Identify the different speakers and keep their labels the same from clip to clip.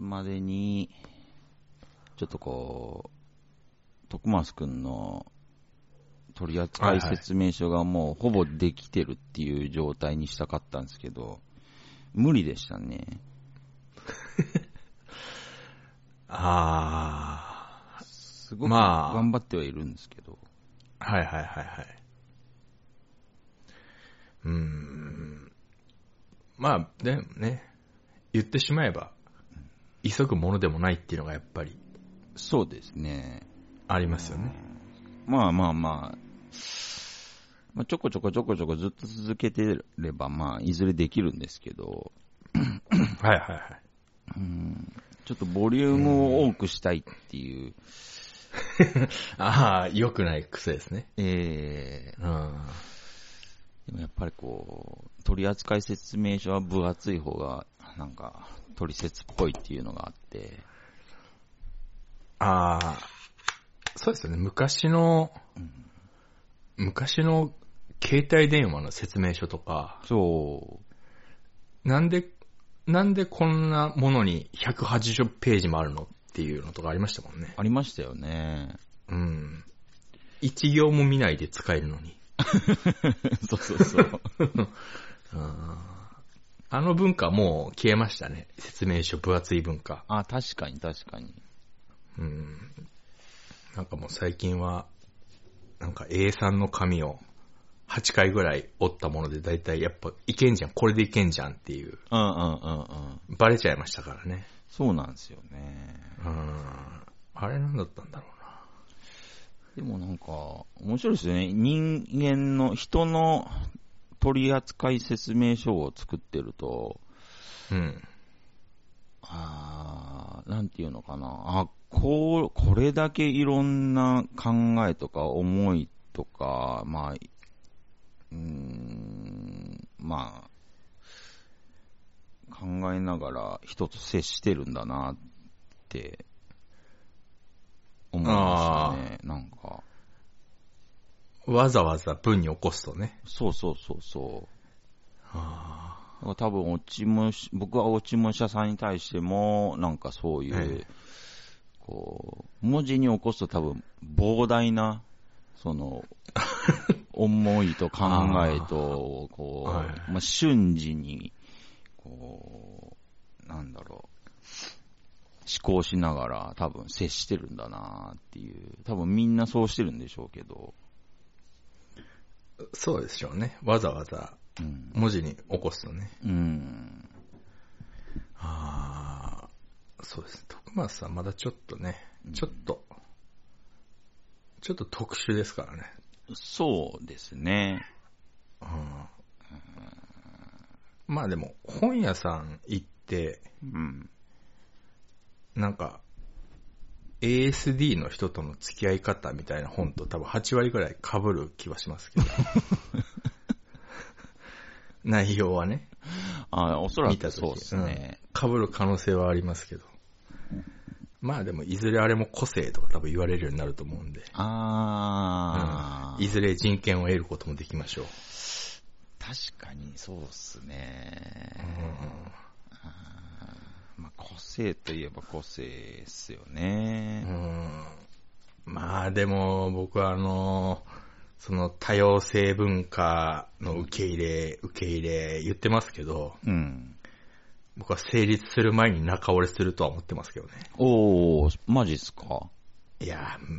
Speaker 1: までに、ちょっとこう、徳松くんの取扱説明書がもうほぼできてるっていう状態にしたかったんですけど、無理でしたね。
Speaker 2: あ
Speaker 1: すごく
Speaker 2: まあ
Speaker 1: 頑張ってはいるんですけど。
Speaker 2: あ、はいはいはいはい。うーん。まあ、でもね、言ってしまえば、急ぐものでもないっていうのがやっぱり
Speaker 1: そうですね。
Speaker 2: ありますよね。
Speaker 1: まあまあまあ、まあ、ちょこちょこちょこちょこずっと続けてれば、まあ、いずれできるんですけど、
Speaker 2: はいはいはい。
Speaker 1: うん、ちょっとボリュームを多くしたいっていう、
Speaker 2: ああ、良くない癖ですね。
Speaker 1: え
Speaker 2: うん。は
Speaker 1: ーでもやっぱりこう、取扱説明書は分厚い方が、なんか、取説っぽいっていうのがあって、
Speaker 2: ああ、そうですよね。昔の、昔の携帯電話の説明書とか、
Speaker 1: そ
Speaker 2: なんで、なんでこんなものに180ページもあるのっていうのとかありましたもんね
Speaker 1: う、。ありましたよね。
Speaker 2: うん。一行も見ないで使えるのに。
Speaker 1: そうそうそう。
Speaker 2: あーあの文化もう消えましたね。説明書、分厚い文化。
Speaker 1: あ、確かに確かに。
Speaker 2: うん。なんかもう最近は、なんか A さんの紙を8回ぐらい折ったもので大体やっぱいけんじゃん、これでいけんじゃんっていう、
Speaker 1: うんうんうんうん。
Speaker 2: バレちゃいましたからね。
Speaker 1: そうなんですよね。
Speaker 2: うん。あれなんだったんだろうな。
Speaker 1: でもなんか、面白いですよね。人間の、人の取扱説明書を作ってると、
Speaker 2: うん。
Speaker 1: あーなんていうのかな。あ、こう、これだけいろんな考えとか思いとか、まあ、うーん、まあ、考えながら人と接してるんだなって、思いましたね。なんか。
Speaker 2: わざわざ文に起こすとね。
Speaker 1: そうそうそうそう。
Speaker 2: あ
Speaker 1: だから多分落ち武者、僕は落ち武者さんに対しても、なんかそういう、
Speaker 2: え
Speaker 1: こう、文字に起こすと多分膨大な、その、思いと考えと、こう、
Speaker 2: はい
Speaker 1: まあ、瞬時に、こう、なんだろう、思考しながら多分接してるんだなっていう、多分みんなそうしてるんでしょうけど、
Speaker 2: あ、そうでしょうね。わざわざ
Speaker 1: うん。
Speaker 2: 文字に起こすとね。
Speaker 1: うん。
Speaker 2: ああ、そうです。徳松さんまだちょっとね、ちょっと、ちょっと特殊ですからね。
Speaker 1: そうですね。
Speaker 2: うんまあでも、本屋さん行って、
Speaker 1: うん。
Speaker 2: なんか、ASD の人との付き合い方みたいな本と多分8割ぐらい被る気はしますけど。内容はね、
Speaker 1: あおそら
Speaker 2: 見た
Speaker 1: く
Speaker 2: 時
Speaker 1: そうですね。
Speaker 2: うん被る可能性はありますけど。まあでも、いずれあれも個性とか多分言われるようになると思うんで、
Speaker 1: あー、
Speaker 2: いずれ人権を得ることもできましょう。
Speaker 1: 確かにそうですね。まあ、個性といえば個性ですよ
Speaker 2: う
Speaker 1: ね。
Speaker 2: んまあでも僕はあの、その多様性文化の受け入れ、受け入れ言ってますけど、
Speaker 1: うん。
Speaker 2: 僕は成立する前に仲折れするとは思ってますけどね。
Speaker 1: おー、マジっすか
Speaker 2: いや、う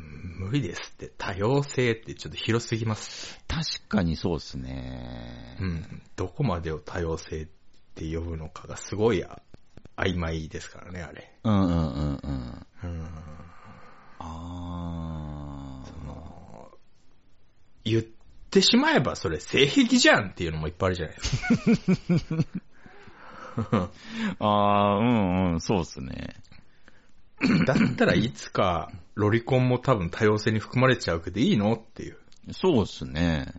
Speaker 2: ん無理ですって。多様性ってちょっと広すぎます。
Speaker 1: 確かにそうですね
Speaker 2: う。ん。どこまでを多様性って呼ぶのかがすごいあ曖昧ですからね、あれ。
Speaker 1: うんうんうんうん。
Speaker 2: うん。
Speaker 1: あー。
Speaker 2: 言ってしまえばそれ性癖じゃんっていうのもいっぱいあるじゃないですか。
Speaker 1: あー、うんうん、そうですね。
Speaker 2: だったらいつかロリコンも多分多様性に含まれちゃうけどいいのっていう。
Speaker 1: そうですね。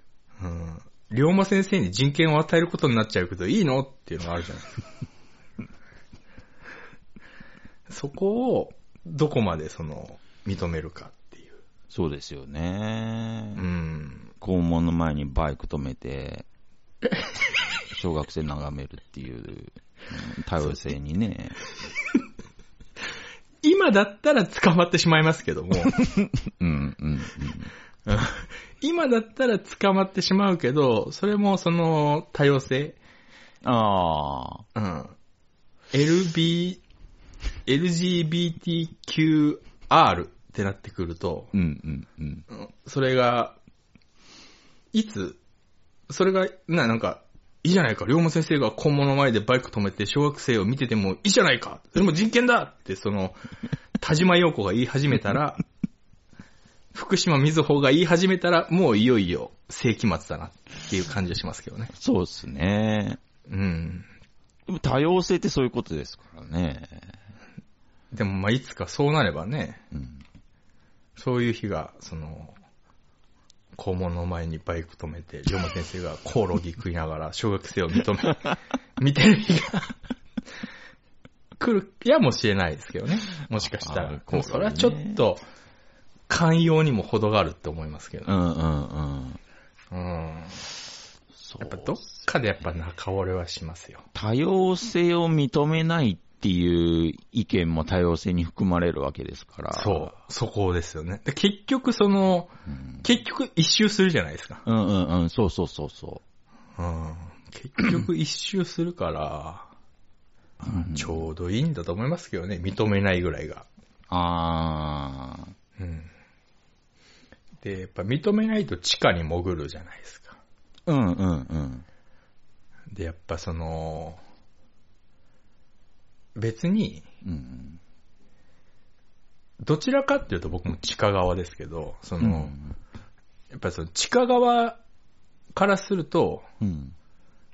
Speaker 2: うん。龍馬先生に人権を与えることになっちゃうけどいいのっていうのがあるじゃないですか。そこをどこまでその認めるかっていう。
Speaker 1: そうですよね。
Speaker 2: うん。
Speaker 1: 校門の前にバイク止め て、小学生眺めるっていう、うん多様性にね。
Speaker 2: 今だったら捕まってしまいますけども、
Speaker 1: うん、うん、うん。
Speaker 2: 今だったら捕まってしまうけど、それもその多様性、
Speaker 1: ああ、
Speaker 2: うん。LB、LGBTQR ってなってくると、
Speaker 1: うん、うん、うん。
Speaker 2: うんそれが、いつ、それが、な、なんか、いいじゃないか、龍馬先生が校門の前でバイク止めて小学生を見ててもいいじゃないか、それも人権だって、その、田島陽子が言い始めたら、福島みずほが言い始めたら、もういよいよ世紀末だなっていう感じがしますけどね。
Speaker 1: そうですね。
Speaker 2: うん。
Speaker 1: でも多様性ってそういうことですからね。
Speaker 2: でも、まあ、いつかそうなればね、
Speaker 1: うん。
Speaker 2: そういう日が、その、校門の前にバイク止めて、龍馬先生がコオロギ食いながら小学生を認め、 見てる日が、来るやもしれないですけどね。もしかした
Speaker 1: あー
Speaker 2: ら。
Speaker 1: コオロギね
Speaker 2: もうそれはちょっと、寛容にも程があるって思いますけ
Speaker 1: う
Speaker 2: ど。
Speaker 1: ん、うん、うん。
Speaker 2: うん。や
Speaker 1: そ
Speaker 2: っぱどっかでやっぱ仲折れはしますよ。
Speaker 1: 多様性を認めないっていう意見も多様性に含まれるわけですから。
Speaker 2: そう。そこですよね。で結局その、
Speaker 1: うん。
Speaker 2: 結局一周するじゃないですか。
Speaker 1: うんうんうん、そうそうそうそ
Speaker 2: うん。結局一周するから、
Speaker 1: う。うん
Speaker 2: ちょうどいいんだと思いますけどね、認めないぐらいが。
Speaker 1: ああ、
Speaker 2: うん。で、やっぱ認めないと地下に潜るじゃないですか。
Speaker 1: うんうんうん。
Speaker 2: で、やっぱその、別に、
Speaker 1: うん
Speaker 2: どちらかっていうと僕も地下側ですけど、そ
Speaker 1: うん。う
Speaker 2: の、
Speaker 1: ん。
Speaker 2: やっぱその地下側からすると、
Speaker 1: うん。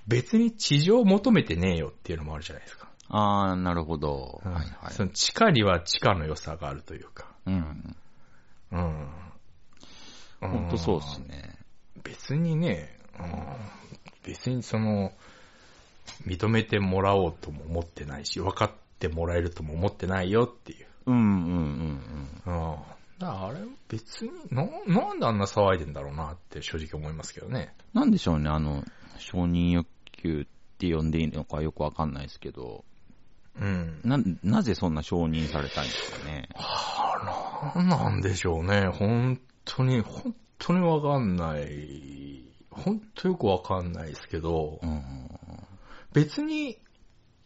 Speaker 2: 別に地上を求めてねえよっていうのもあるじゃないですか。
Speaker 1: ああ、なるほど。
Speaker 2: うん
Speaker 1: はいはい。
Speaker 2: その地下には地下の良さがあるというか。
Speaker 1: うん。
Speaker 2: うん。
Speaker 1: 本当そうです
Speaker 2: ね
Speaker 1: ね。
Speaker 2: 別にね、うん、別にその、認めてもらおうとも思ってないし、分かってもらえるとも思ってないよっていう。
Speaker 1: うんうんうん
Speaker 2: うん。だからあれ、別にな、なんであんな騒いでんだろうなって正直思いますけどね。
Speaker 1: うん。なんでしょうね、あの、承認欲求って呼んでいいのかよくわかんないですけど、
Speaker 2: うん。
Speaker 1: な、なぜそんな承認されたいんですかね。
Speaker 2: あら、なんでしょうね。本当に、本当に分かんない。本当よく分かんないですけど
Speaker 1: う、ん。
Speaker 2: 別に、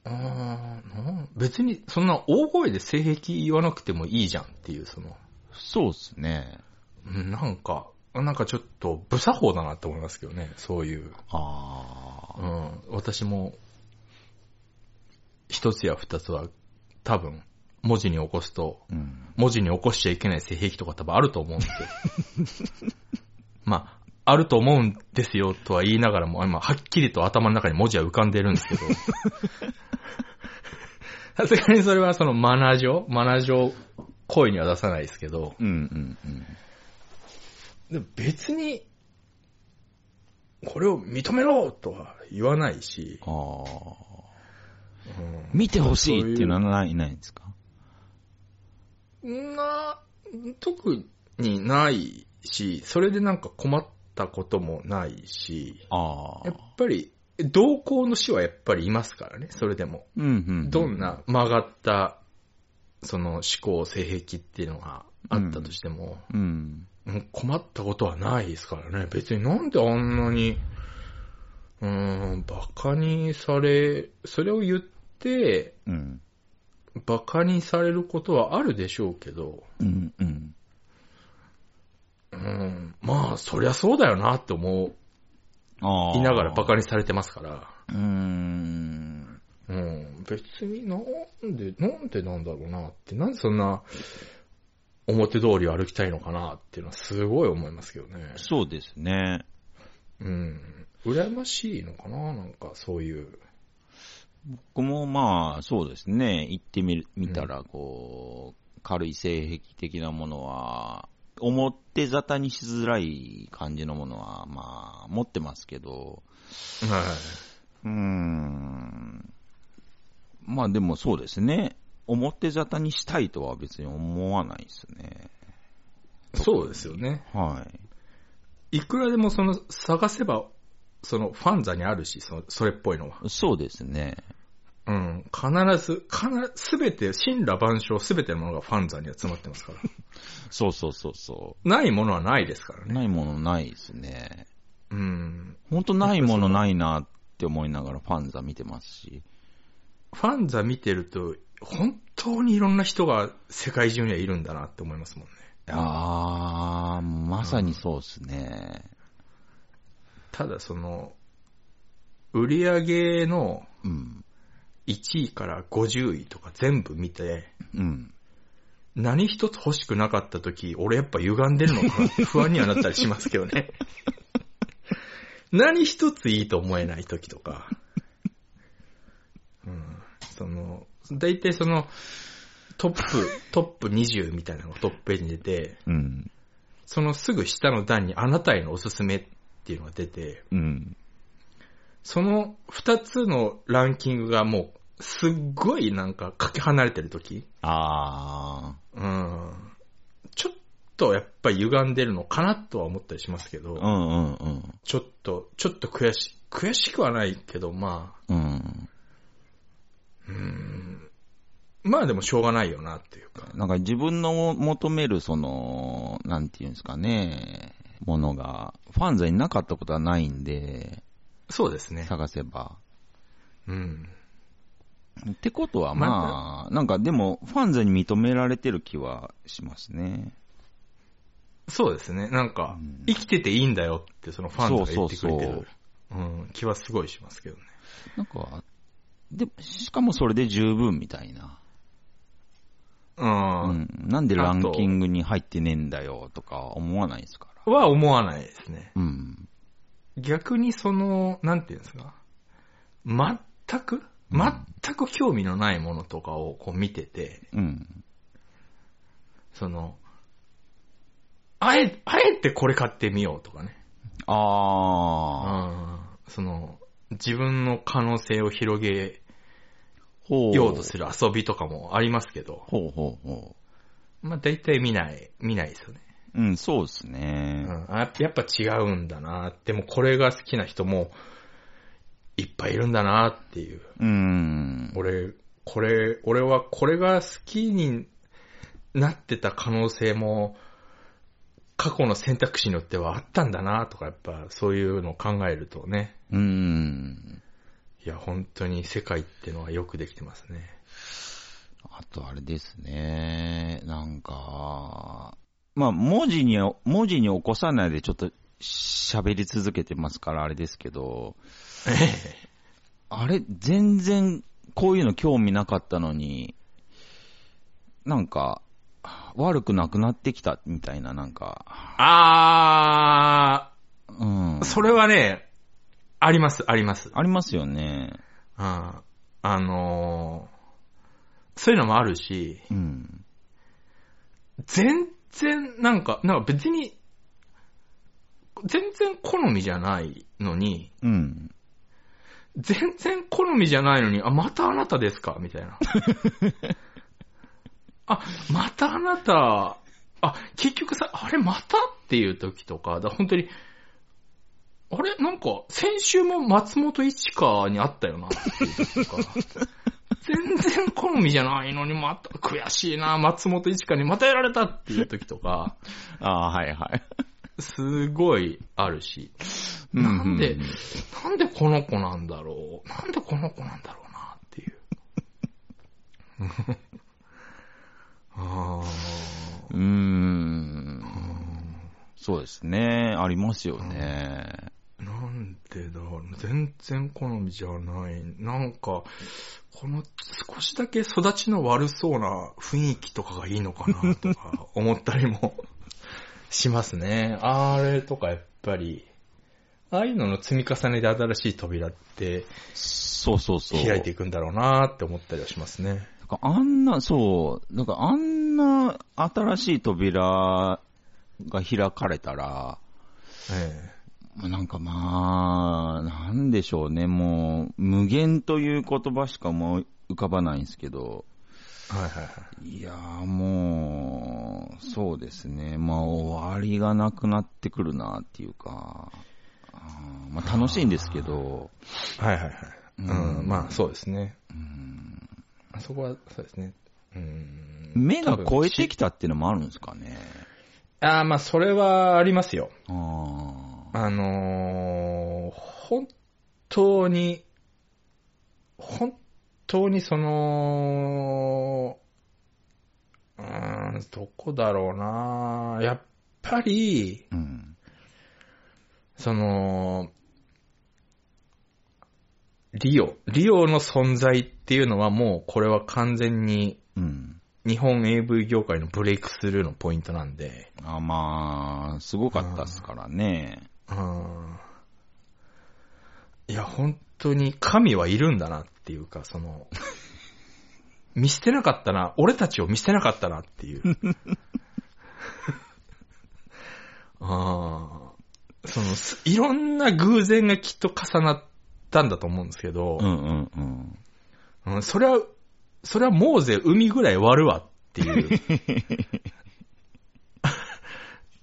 Speaker 2: うーんなん別にそんな大声で性癖言わなくてもいいじゃんっていう、その、
Speaker 1: そうですね。
Speaker 2: うんなんか、なんかちょっと、不作法だなって思いますけどね、そういう。
Speaker 1: ああ。
Speaker 2: うん、私も、一つや二つは、多分、文字に起こすと、
Speaker 1: うん。
Speaker 2: 文字に起こしちゃいけない性癖とか多分あると思うんですよ。 まあ、あると思うんですよとは言いながらも、今、はっきりと頭の中に文字は浮かんでるんですけど。 さすがにそれはそのマナー上、マナー上、声には出さないですけど、
Speaker 1: うんうんうん。
Speaker 2: でも別に、これを認めろとは言わないし、
Speaker 1: ああ。
Speaker 2: う
Speaker 1: 見てほしいっていうのはない、ないんですか
Speaker 2: ん、な、特にないし、それでなんか困ったこともないし、
Speaker 1: ああ
Speaker 2: やっ。ぱり、同行の死はやっぱりいますからね、それでも。
Speaker 1: うんうんうん。
Speaker 2: どんな曲がった、その思考、性癖っていうのがあったとしても、
Speaker 1: うん。
Speaker 2: もう困ったことはないですからね。別になんであんなに、うーん、馬鹿にされ、それを言って、
Speaker 1: うん。
Speaker 2: 馬鹿にされることはあるでしょうけど、
Speaker 1: うんうん。
Speaker 2: うーん、まあ、そりゃそうだよなって思
Speaker 1: ああ。
Speaker 2: いながら馬鹿にされてますから、
Speaker 1: うーん。
Speaker 2: うん、別になんで、なんでなんだろうなって、なんでそんな、表通りを歩きたいのかなっていうのはすごい思いますけどね。
Speaker 1: そうですね。
Speaker 2: うん。羨ましいのかななんかそういう。
Speaker 1: 僕もまあ、そうですね。行ってみる、見たら、こう、軽い性癖的なものは、表沙汰にしづらい感じのものは、まあ、持ってますけど、
Speaker 2: は
Speaker 1: うーん。まあでもそうですね。表沙汰にしたいとは別に思わないですね。
Speaker 2: い。そうですよね。
Speaker 1: はい。
Speaker 2: いくらでもその探せば、そのファンザにあるし、そのそれっぽいのは。
Speaker 1: そうですね。
Speaker 2: うん。必ず、必ず、すべて、神羅万象すべてのものがファンザには詰まってますから。
Speaker 1: そうそうそうそ
Speaker 2: ないものはないですから
Speaker 1: う。
Speaker 2: ね。
Speaker 1: ないものないですね。
Speaker 2: うん。
Speaker 1: ほんとないものないなって思いながらファンザ見てますし。
Speaker 2: ファンザ見てると、本当にいろんな人が世界中にはいるんだなって思いますもんね。
Speaker 1: あー、まさにそうですね。
Speaker 2: ただその、売り上げの
Speaker 1: うん。
Speaker 2: 1位から50位とか全部見て、
Speaker 1: うん。
Speaker 2: 何一つ欲しくなかった時、俺やっぱ歪んでるのかなって不安にはなったりしますけどね。何一ついいと思えない時とか。うん。その、大体その、トップ、トップ20みたいなのがトップページに出て、
Speaker 1: うん。
Speaker 2: そのすぐ下の段にあなたへのおすすめっていうのが出て、
Speaker 1: うん。
Speaker 2: その2つのランキングがもう、すっごいなんかかけ離れてる時。
Speaker 1: あ
Speaker 2: うんちょっとやっぱり歪んでるのかなとは思ったりしますけど、
Speaker 1: ー。うんうんうん。
Speaker 2: ちょっと、ちょっと悔し、悔しくはないけど、まあ、
Speaker 1: うん。
Speaker 2: うん、まあでもしょうがないよなっていうか。
Speaker 1: なんか自分の求める、その、なんていうんですかね、ものが、ファンザになかったことはないんで、
Speaker 2: そうですね。
Speaker 1: 探せば。
Speaker 2: うん。
Speaker 1: ってことは
Speaker 2: ま
Speaker 1: まあ、なんかでも、ファンザに認められてる気はしますね。
Speaker 2: そうですね。なんか、
Speaker 1: うん
Speaker 2: 生きてていいんだよってそのファンが言ってくれてる
Speaker 1: そうそう
Speaker 2: うん、気はすごいしますけどね。
Speaker 1: なんか、で、しかもそれで十分みたいな。
Speaker 2: うん
Speaker 1: う。ん。なんでランキングに入ってねえんだよとか思わないですから。
Speaker 2: は思わないですね。
Speaker 1: うん。
Speaker 2: 逆にその、なんていうんですか、全く、
Speaker 1: うん
Speaker 2: 全く興味のないものとかをこう見てて、
Speaker 1: うん。
Speaker 2: その、あえ、あえてこれ買ってみようとかね。
Speaker 1: あー。
Speaker 2: うんその、自分の可能性を広げ
Speaker 1: ほ
Speaker 2: ようとする遊びとかもありますけど、
Speaker 1: ほうほうほ
Speaker 2: まあ大体見ない、見ないですよね。
Speaker 1: う。うん、そうです
Speaker 2: う
Speaker 1: ね。
Speaker 2: ん、あやっぱ違うんだなでもこれが好きな人もいっぱいいるんだなっていう。
Speaker 1: うん。
Speaker 2: 俺、これ、俺はこれが好きになってた可能性も、過去の選択肢によってはあったんだなとか、やっぱそういうのを考えるとね、
Speaker 1: うん。
Speaker 2: いや、本当に世界ってのはよくできてますね。
Speaker 1: あとあれですね。なんか、まあ、文字に、文字に起こさないでちょっと喋り続けてますからあれですけど、あれ、全然こういうの興味なかったのに、なんか、悪くなくなってきたみたいな、なんか、
Speaker 2: あ
Speaker 1: うん
Speaker 2: ー、。それはね、あります、あります。
Speaker 1: ありますよね。
Speaker 2: うん。あのーそういうのもあるし、
Speaker 1: うん。
Speaker 2: 全然、なんか、なんか別に、全然好みじゃないのに、
Speaker 1: うん。
Speaker 2: 全然好みじゃないのに、あ、またあなたですかみたいな。あ、またあなた、あ、結局さ、あれまたっていう時とか、だ本当に、あれなんか、先週も松本一華にあったよなっていう時とか。全然好みじゃないのに、また、悔しいな、松本一華にまたやられたっていう時とか、
Speaker 1: ああ、はいはい。
Speaker 2: すごいあるし。なんで、なんでこの子なんだろう。なんでこの子なんだろうなっていう。 あ
Speaker 1: うーん。そうですね。ありますよね。
Speaker 2: ーなんでだろう。全然好みじゃない。なんか、この少しだけ育ちの悪そうな雰囲気とかがいいのかなとか思ったりも しますね。あれとかやっぱり、ああいうのの積み重ねで新しい扉って
Speaker 1: そうそうそう。
Speaker 2: 開いていくんだろうなって思ったりはしますね。
Speaker 1: なんかあんな、そう、なんかあんな新しい扉が開かれたら、
Speaker 2: ええ
Speaker 1: なんかまあ、なんでしょうね、もう、無限という言葉しかもう浮かばないんですけど、
Speaker 2: はいはいはい。
Speaker 1: いやーもう、そうですね、まあ終わりがなくなってくるなっていうか、あーまあ楽しいんですけど、
Speaker 2: はいはいはい。うん、
Speaker 1: うん
Speaker 2: まあそうですね。あそこは、そうですね。うん
Speaker 1: 目が超えてきたっていうのもあるんですかね。
Speaker 2: ああ、まあ、それはありますよ。
Speaker 1: ああ。
Speaker 2: あのー本当に、本当にその、うーん、どこだろうなやっぱり、
Speaker 1: うん。
Speaker 2: その、リオ、リオの存在っていうのはもうこれは完全に
Speaker 1: うん。
Speaker 2: 日本 AV 業界のブレイクスルーのポイントなんで、
Speaker 1: あまあ、すごかったっすからね。
Speaker 2: うん。いや、本当に神はいるんだなっていうか、その、見捨てなかったな、俺たちを見捨てなかったなっていう。 あーその、すいろんな偶然がきっと重なったんだと思うんですけど
Speaker 1: う、んうんうん。
Speaker 2: うん、それは、それはもうぜ海ぐらい割るわっ ていう。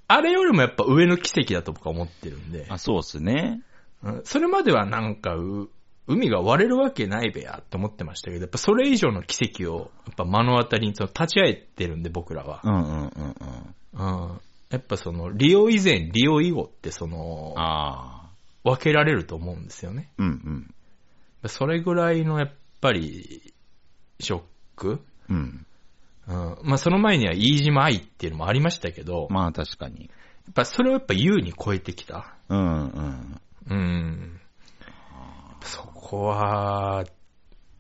Speaker 2: あれよりもやっぱ上の奇跡だと僕は思ってるんで、
Speaker 1: あ、そうっすね。
Speaker 2: うんそれまではなんかう、海が割れるわけないべやって思ってましたけど、やっぱそれ以上の奇跡を、やっぱ目の当たりにその立ち会えてるんで僕らは
Speaker 1: う。んうんうんうん。
Speaker 2: うん。やっぱその、利用以前、利用以後ってその、
Speaker 1: ああ。
Speaker 2: 分けられると思うんですよね。
Speaker 1: うん
Speaker 2: それぐらいのやっぱり、ショック
Speaker 1: うん。うん。
Speaker 2: うんまあその前には飯島愛っていうのもありましたけど、や
Speaker 1: まあ確かに。
Speaker 2: っぱそれをやっぱ優に超えてきた。
Speaker 1: うんうん。
Speaker 2: うん。そこは、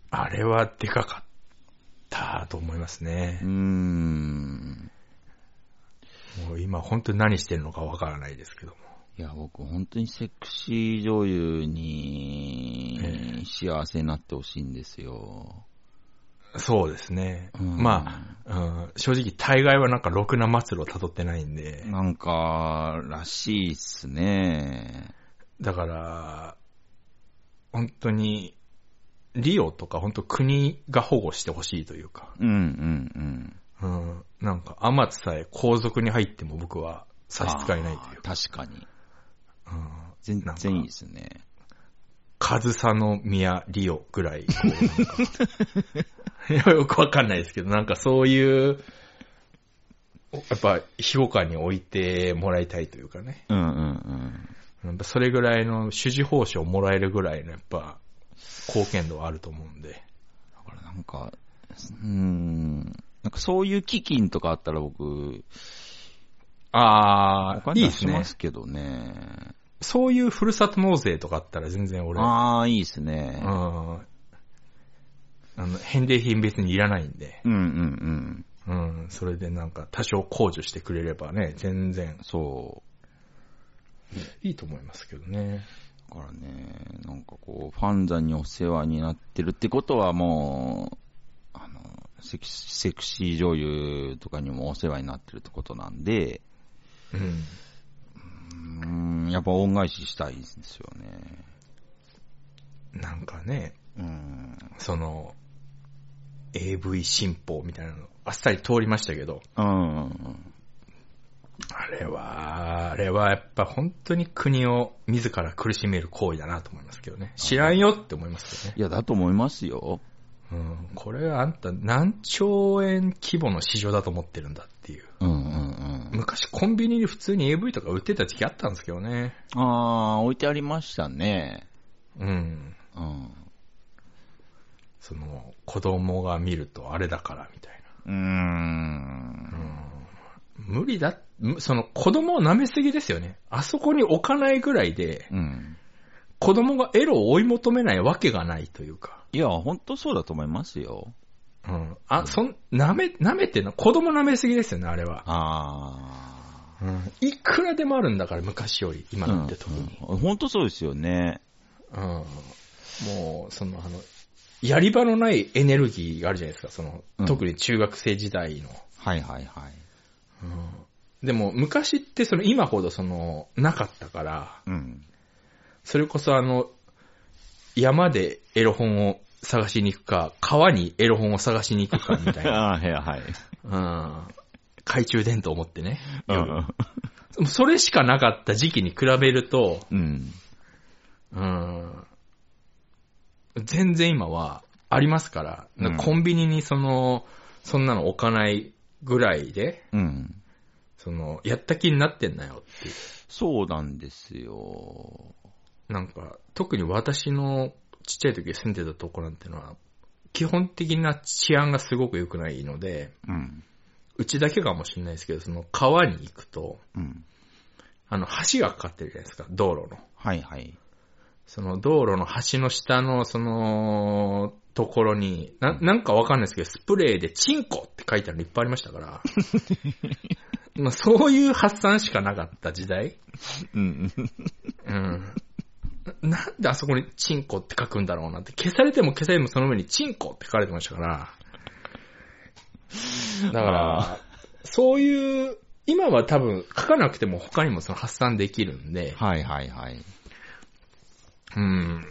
Speaker 2: あれはでかかったと思います
Speaker 1: うー
Speaker 2: ね。
Speaker 1: ん。
Speaker 2: もう今本当に何してるのかわからないですけども。
Speaker 1: いや、僕本当にセクシー女優
Speaker 2: え
Speaker 1: に幸せになってほしいんですよ。
Speaker 2: そうですね。
Speaker 1: うん
Speaker 2: まあ、うん正直大概はなんかろくな末路を辿ってないんで、
Speaker 1: なんか、らしいっすね。
Speaker 2: だから、本当に、リオとか本当国が保護してほしいというか。
Speaker 1: うんうんうん。
Speaker 2: うん。なんか、アマツさえ皇族に入っても僕は差し支えないというか、
Speaker 1: あー確かに。
Speaker 2: うん。
Speaker 1: 全
Speaker 2: なんか
Speaker 1: 然いいですね。
Speaker 2: カズサの宮リオぐらい、こうなんか いやよくわかんないですけど、なんかそういう、やっぱ、庇護下に置いてもらいたいというかね。
Speaker 1: うんうんうん。
Speaker 2: やっぱそれぐらいの主事報酬をもらえるぐらいのやっぱ、貢献度はあると思うんで。
Speaker 1: だからなんか、うーん。なんかそういう基金とかあったら僕、お
Speaker 2: ああ、いい
Speaker 1: 金
Speaker 2: で
Speaker 1: 出
Speaker 2: す
Speaker 1: しま
Speaker 2: ね。
Speaker 1: すけどね。
Speaker 2: そういうふるさと納税とかあったら全然俺、
Speaker 1: ああ、いいですね。
Speaker 2: うんあの、返礼品別にいらないんで、
Speaker 1: うんうんうん。
Speaker 2: うん、それでなんか多少控除してくれればね、全然
Speaker 1: そ
Speaker 2: いいと思いますけどね。
Speaker 1: う。だからね、なんかこう、ファンザにお世話になってるってことはもう、あの、セクシセクシー女優とかにもお世話になってるってことなんで、
Speaker 2: うん。
Speaker 1: うーん、やっぱ恩返ししたいんですよね。
Speaker 2: なんかね、
Speaker 1: うん。
Speaker 2: その、AV 新法みたいなの、あっさり通りましたけど、
Speaker 1: うんうんうん。
Speaker 2: あれは、あれはやっぱ本当に国を自ら苦しめる行為だなと思いますけどね。知らんよって思いますよね。
Speaker 1: いや、だと思いますよ。
Speaker 2: うん、これはあんた何兆円規模の市場だと思ってるんだっていう。
Speaker 1: うんうんうん。
Speaker 2: 昔コンビニで普通に AV とか売ってた時期あったんですけどね。
Speaker 1: ああ、置いてありましたね。
Speaker 2: うん。
Speaker 1: うん。
Speaker 2: その、子供が見るとあれだからみたいう
Speaker 1: ーん。
Speaker 2: な。無理だ、むその子供を舐めすぎですよね。あそこに置かないぐらいで、
Speaker 1: うん。
Speaker 2: 子供がエロを追い求めないわけがないというか。
Speaker 1: いや、ほんとそうだと思いますよ。
Speaker 2: うん。あ、そん、舐め、舐めてんの子供舐めすぎですよね、あれは。
Speaker 1: あ
Speaker 2: うん。いくらでもあるんだから、昔より、今
Speaker 1: あ。
Speaker 2: だって特に。
Speaker 1: うんうんほんとそうですよね。
Speaker 2: うん。もう、その、あの、やり場のないエネルギーがあるじゃないですか、その
Speaker 1: う、ん
Speaker 2: 特に中学生時代の。
Speaker 1: はいはいはい。
Speaker 2: でも、昔ってその、今ほどその、なかったから、
Speaker 1: うん。
Speaker 2: それこそあの、山でエロ本を探しに行くか、川にエロ本を探しに行くか、みた いな。
Speaker 1: ああ、はいはい。
Speaker 2: うん。懐中電灯を持ってね。
Speaker 1: うん。
Speaker 2: それしかなかった時期に比べると、
Speaker 1: うん。
Speaker 2: うん。全然今は、ありますから、
Speaker 1: うん
Speaker 2: コンビニにその、そんなの置かないぐらいで、
Speaker 1: うん。
Speaker 2: その、やった気になってんなよってい
Speaker 1: そうなんですよ。
Speaker 2: う。なんか、特に私のちっちゃい時住んでたとこなんてのは、基本的な治安がすごく良くないので、
Speaker 1: うん。
Speaker 2: うちだけかもしれないですけど、その川に行くと、
Speaker 1: うん。
Speaker 2: あの橋がかかってるじゃないですか、道路の。
Speaker 1: はいはい。
Speaker 2: その道路の橋の下の、その、ところに、な、なんかわかんないですけど、スプレーでチンコって書いてあるのいっぱいありましたから。まあそういう発散しかなかった時代。
Speaker 1: うん。
Speaker 2: うん。ななんであそこにチンコって書くんだろうなって、消されても消されてもその上にチンコって書かれてましたから。だか
Speaker 1: あ
Speaker 2: ら、そういう、今は多分書かなくても他にもその発散できるんで、
Speaker 1: はいはいはい。
Speaker 2: うん。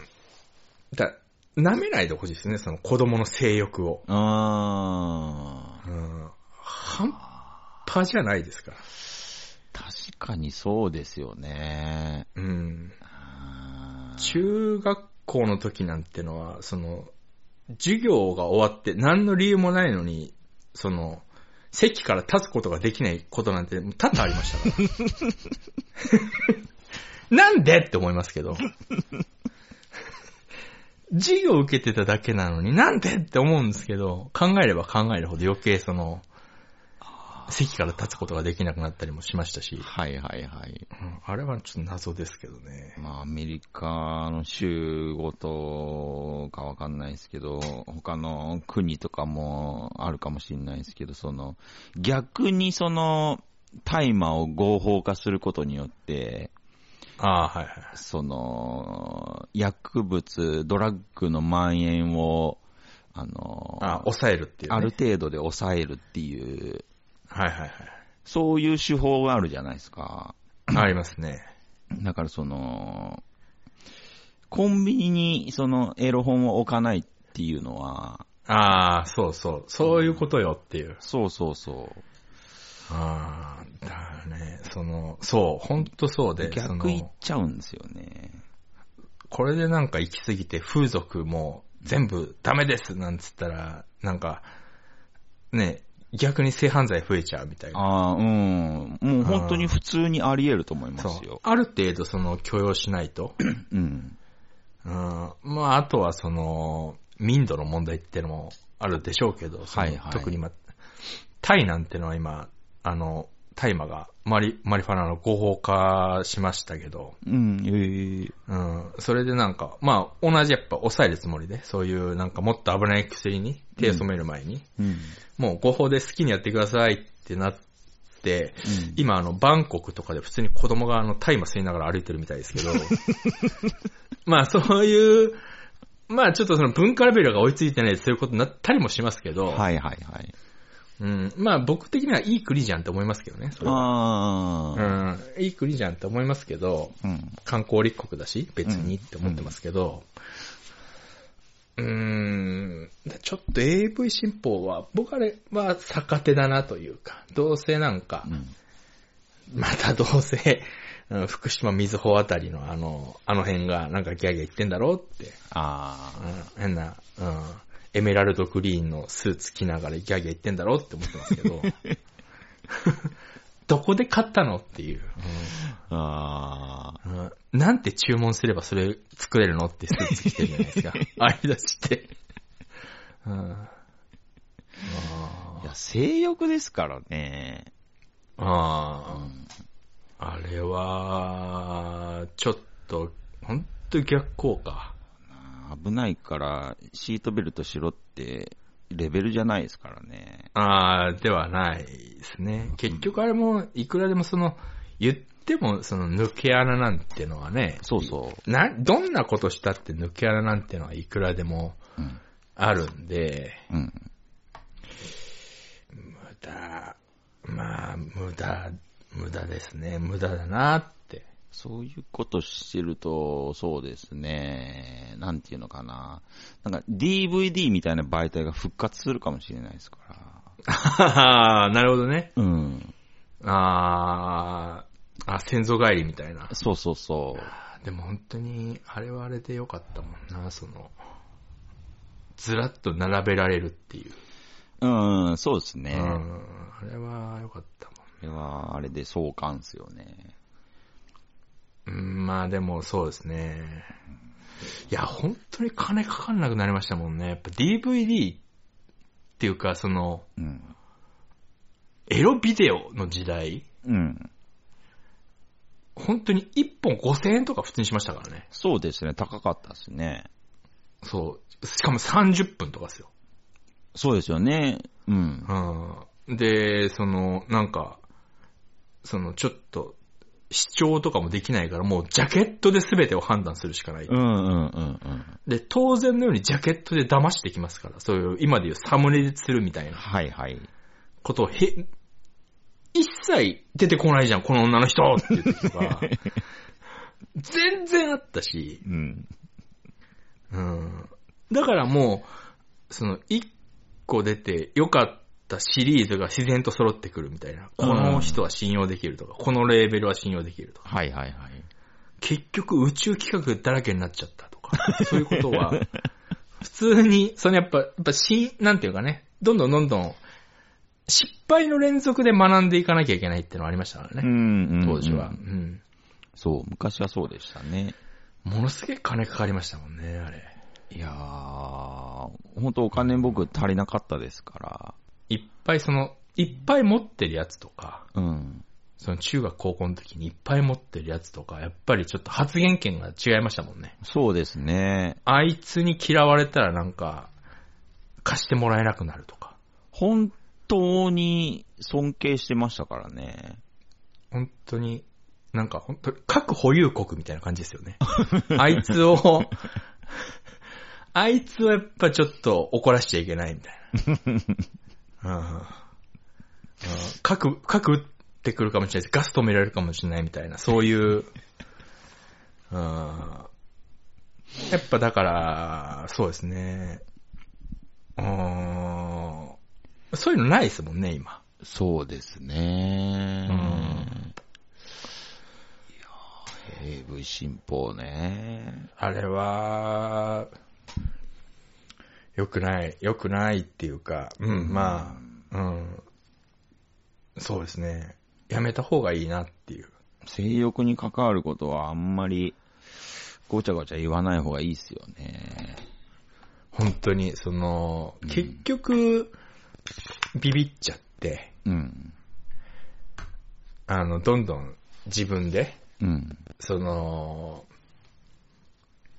Speaker 2: だ、舐めないでほしいですね、その子供の性欲を。
Speaker 1: あー。
Speaker 2: うん。半端じゃないですから。
Speaker 1: 確かにそうですよね。
Speaker 2: うん。
Speaker 1: あー
Speaker 2: 中学校の時なんてのは、その、授業が終わって何の理由もないのに、その、席から立つことができないことなんて多々ありましたから。 なんでって思いますけど。授業を受けてただけなのになんでって思うんですけど、考えれば考えるほど余計その、席から立つことができなくなったりもしましたし、
Speaker 1: はいはいはい。
Speaker 2: うんあれはちょっと謎ですけどね。
Speaker 1: まあ、アメリカの州ごとかわかんないですけど、他の国とかもあるかもしれないですけど、その、逆にその、大麻を合法化することによって、
Speaker 2: ああ、はいはい。
Speaker 1: その、薬物、ドラッグの蔓延を、あの、
Speaker 2: あ、抑えるっていう、ね。
Speaker 1: ある程度で抑えるっていう、
Speaker 2: はいはい
Speaker 1: そういう手法があるじゃないですか。
Speaker 2: はい。ありますね。
Speaker 1: だからその、コンビニにそのエロ本を置かないっていうのは、
Speaker 2: ああ、そうそう。そういうことよっていう。
Speaker 1: そうそうそう。
Speaker 2: ああ、だからね、その、そう、ほんとそうで、そ
Speaker 1: 逆いっ
Speaker 2: の、
Speaker 1: ちゃうんですよね。
Speaker 2: これでなんか行き過ぎて風俗も全部ダメですなんつったら、なんか、ね、逆に性犯罪増えちゃうみたいな。
Speaker 1: ああ、うん。もう本当に普通にあり得ると思いま
Speaker 2: そ
Speaker 1: す
Speaker 2: う
Speaker 1: よ。。
Speaker 2: ある程度その許容しないと。
Speaker 1: うん。
Speaker 2: うん。まあ、あとはその、民度の問題ってのもあるでしょうけど、その
Speaker 1: はいはい
Speaker 2: 特に今、タイなんてのは今、あの、大麻がマリ、マリファナの合法化しましたけど、
Speaker 1: うん、ええ
Speaker 2: うん、それでなんか、まあ、同じやっぱ抑えるつもりで、そういうなんかもっと危ない薬に手を染める前に、
Speaker 1: うん。うん
Speaker 2: もう合法で好きにやってくださいってなって、今あの、バンコクとかで普通に子供があの、大麻吸いながら歩いてるみたいですけ ど、まあそういう、まあちょっとその文化レベルが追いついてないでそういうことになったりもしますけど、
Speaker 1: はいはいはい。
Speaker 2: うん、まあ僕的にはいい国じゃんって思いますけどね、それは。
Speaker 1: あ
Speaker 2: う
Speaker 1: あ、
Speaker 2: ん、いい国じゃんって思いますけど、
Speaker 1: うん。
Speaker 2: 観光立国だし、別にって思ってますけど、うーん、ちょっと AV 新法は、僕あれは逆手だなというか、どうせなんか
Speaker 1: う、ん。
Speaker 2: またどうせ、うん福島、水穂あたりのあの、あの辺がなんかギャーギャー言ってんだろうって、う
Speaker 1: あ
Speaker 2: ん変な、うん、エメラルドグリーンのスーツ着ながらギャーギャー言ってんだろうって思ってますけど、 どこで買ったのっていう、
Speaker 1: あ、ああ、
Speaker 2: うんうんなんて注文すればそれ作れるのってスーツ着てるじゃないですか。ありだして。うんあー
Speaker 1: いや、性欲ですからね。
Speaker 2: あーあれは、ちょっと、ほんと逆効果。
Speaker 1: 危ないから、シートベルトしろって、レベルじゃないですからね。
Speaker 2: ああ、ではないですね。結局あれも、いくらでもその、言っても、その抜け穴なんてのはね、
Speaker 1: そうそ
Speaker 2: な、どんなことしたって抜け穴なんてのはいくらでも
Speaker 1: う。うん。
Speaker 2: あるんで、
Speaker 1: うん。
Speaker 2: 無駄、まあ、無駄、無駄ですね。無駄だなって。
Speaker 1: そういうことしてると、そうですね。なんていうのかな。なんか DVD みたいな媒体が復活するかもしれないですか
Speaker 2: ああ、 なるほどね。
Speaker 1: ら。うん。
Speaker 2: ああ、あ、先祖返りみたいな。
Speaker 1: そうそうそう。
Speaker 2: でも本当に、あれはあれでよかったもんな、その、ずらっと並べられるっていう。
Speaker 1: うん、うん、そうですね。
Speaker 2: う
Speaker 1: こ
Speaker 2: ん。あれは良かった
Speaker 1: れ
Speaker 2: もん。
Speaker 1: は、あれで相関っすよね。
Speaker 2: うん、まあでもそうですね。いや、本当に金かかんなくなりましたもんね。やっぱ DVD っていうか、その、
Speaker 1: うん。
Speaker 2: エロビデオの時代、
Speaker 1: うん。
Speaker 2: 本当に1本5000円とか普通にしましたからね。
Speaker 1: そうですね、高かったですね。
Speaker 2: そう。しかも30分とかですよ。
Speaker 1: そうですよね。うん。
Speaker 2: うん。で、その、なんか、その、ちょっと、視聴とかもできないから、もうジャケットで全てを判断するしかない。
Speaker 1: うんうんうんうん。
Speaker 2: で、当然のようにジャケットで騙してきますから、そういう、今でいうサムネでするみたいな
Speaker 1: はいはい。
Speaker 2: ことをへ、一切出てこないじゃん、この女の人っていう時とか、全然あったし、
Speaker 1: うん。
Speaker 2: うん。だからもう、その、一個出て良かったシリーズが自然と揃ってくるみたいな。この人は信用できるとか、このレーベルは信用できるとか。
Speaker 1: はいはいはい。
Speaker 2: 結局宇宙企画だらけになっちゃったとか、そういうことは、 普通に、そのやっぱ、やっぱ新、なんていうかね、どんどんどんどん、失敗の連続で学んでいかなきゃいけないっていうのはありましたから
Speaker 1: う
Speaker 2: ね、
Speaker 1: ん、うん。
Speaker 2: 当時は。
Speaker 1: う
Speaker 2: うんん。
Speaker 1: そう、昔はそうでしたね。
Speaker 2: ものすげえ金かかりましたもんね、あれ。
Speaker 1: いやー、本当お金僕足りなかったですか
Speaker 2: いっぱいその、いっぱい持ってるやつとか、
Speaker 1: ら。うん。
Speaker 2: その中学高校の時にいっぱい持ってるやつとか、やっぱりちょっと発言権が違いましたもんね。
Speaker 1: そうですね。
Speaker 2: あいつに嫌われたらなんか、貸してもらえなくなるとか。
Speaker 1: 本当に尊敬してましたからね。
Speaker 2: 本当に、なんか本当に、核保有国みたいな感じですよね。 あいつを、 あいつをやっぱちょっと怒らしちゃいけないみたいな。うんうん核、核打ってくるかもしれないです。ガス止められるかもしれないみたいな、そういう、うんやっぱだから、そうですね。うんそういうのないですもんね、今。
Speaker 1: そうですね。
Speaker 2: うん
Speaker 1: いやー AV 新法ね。
Speaker 2: あれは、良くない、良くないっていうか、うん、まあ、うん、そうですね。やめた方がいいなっていう。
Speaker 1: 性欲に関わることはあんまりごちゃごちゃ言わない方がいいっすよね。
Speaker 2: 本当に、その、結局、ビビっちゃって、
Speaker 1: うん。
Speaker 2: あの、どんどん自分で、
Speaker 1: うん。
Speaker 2: その、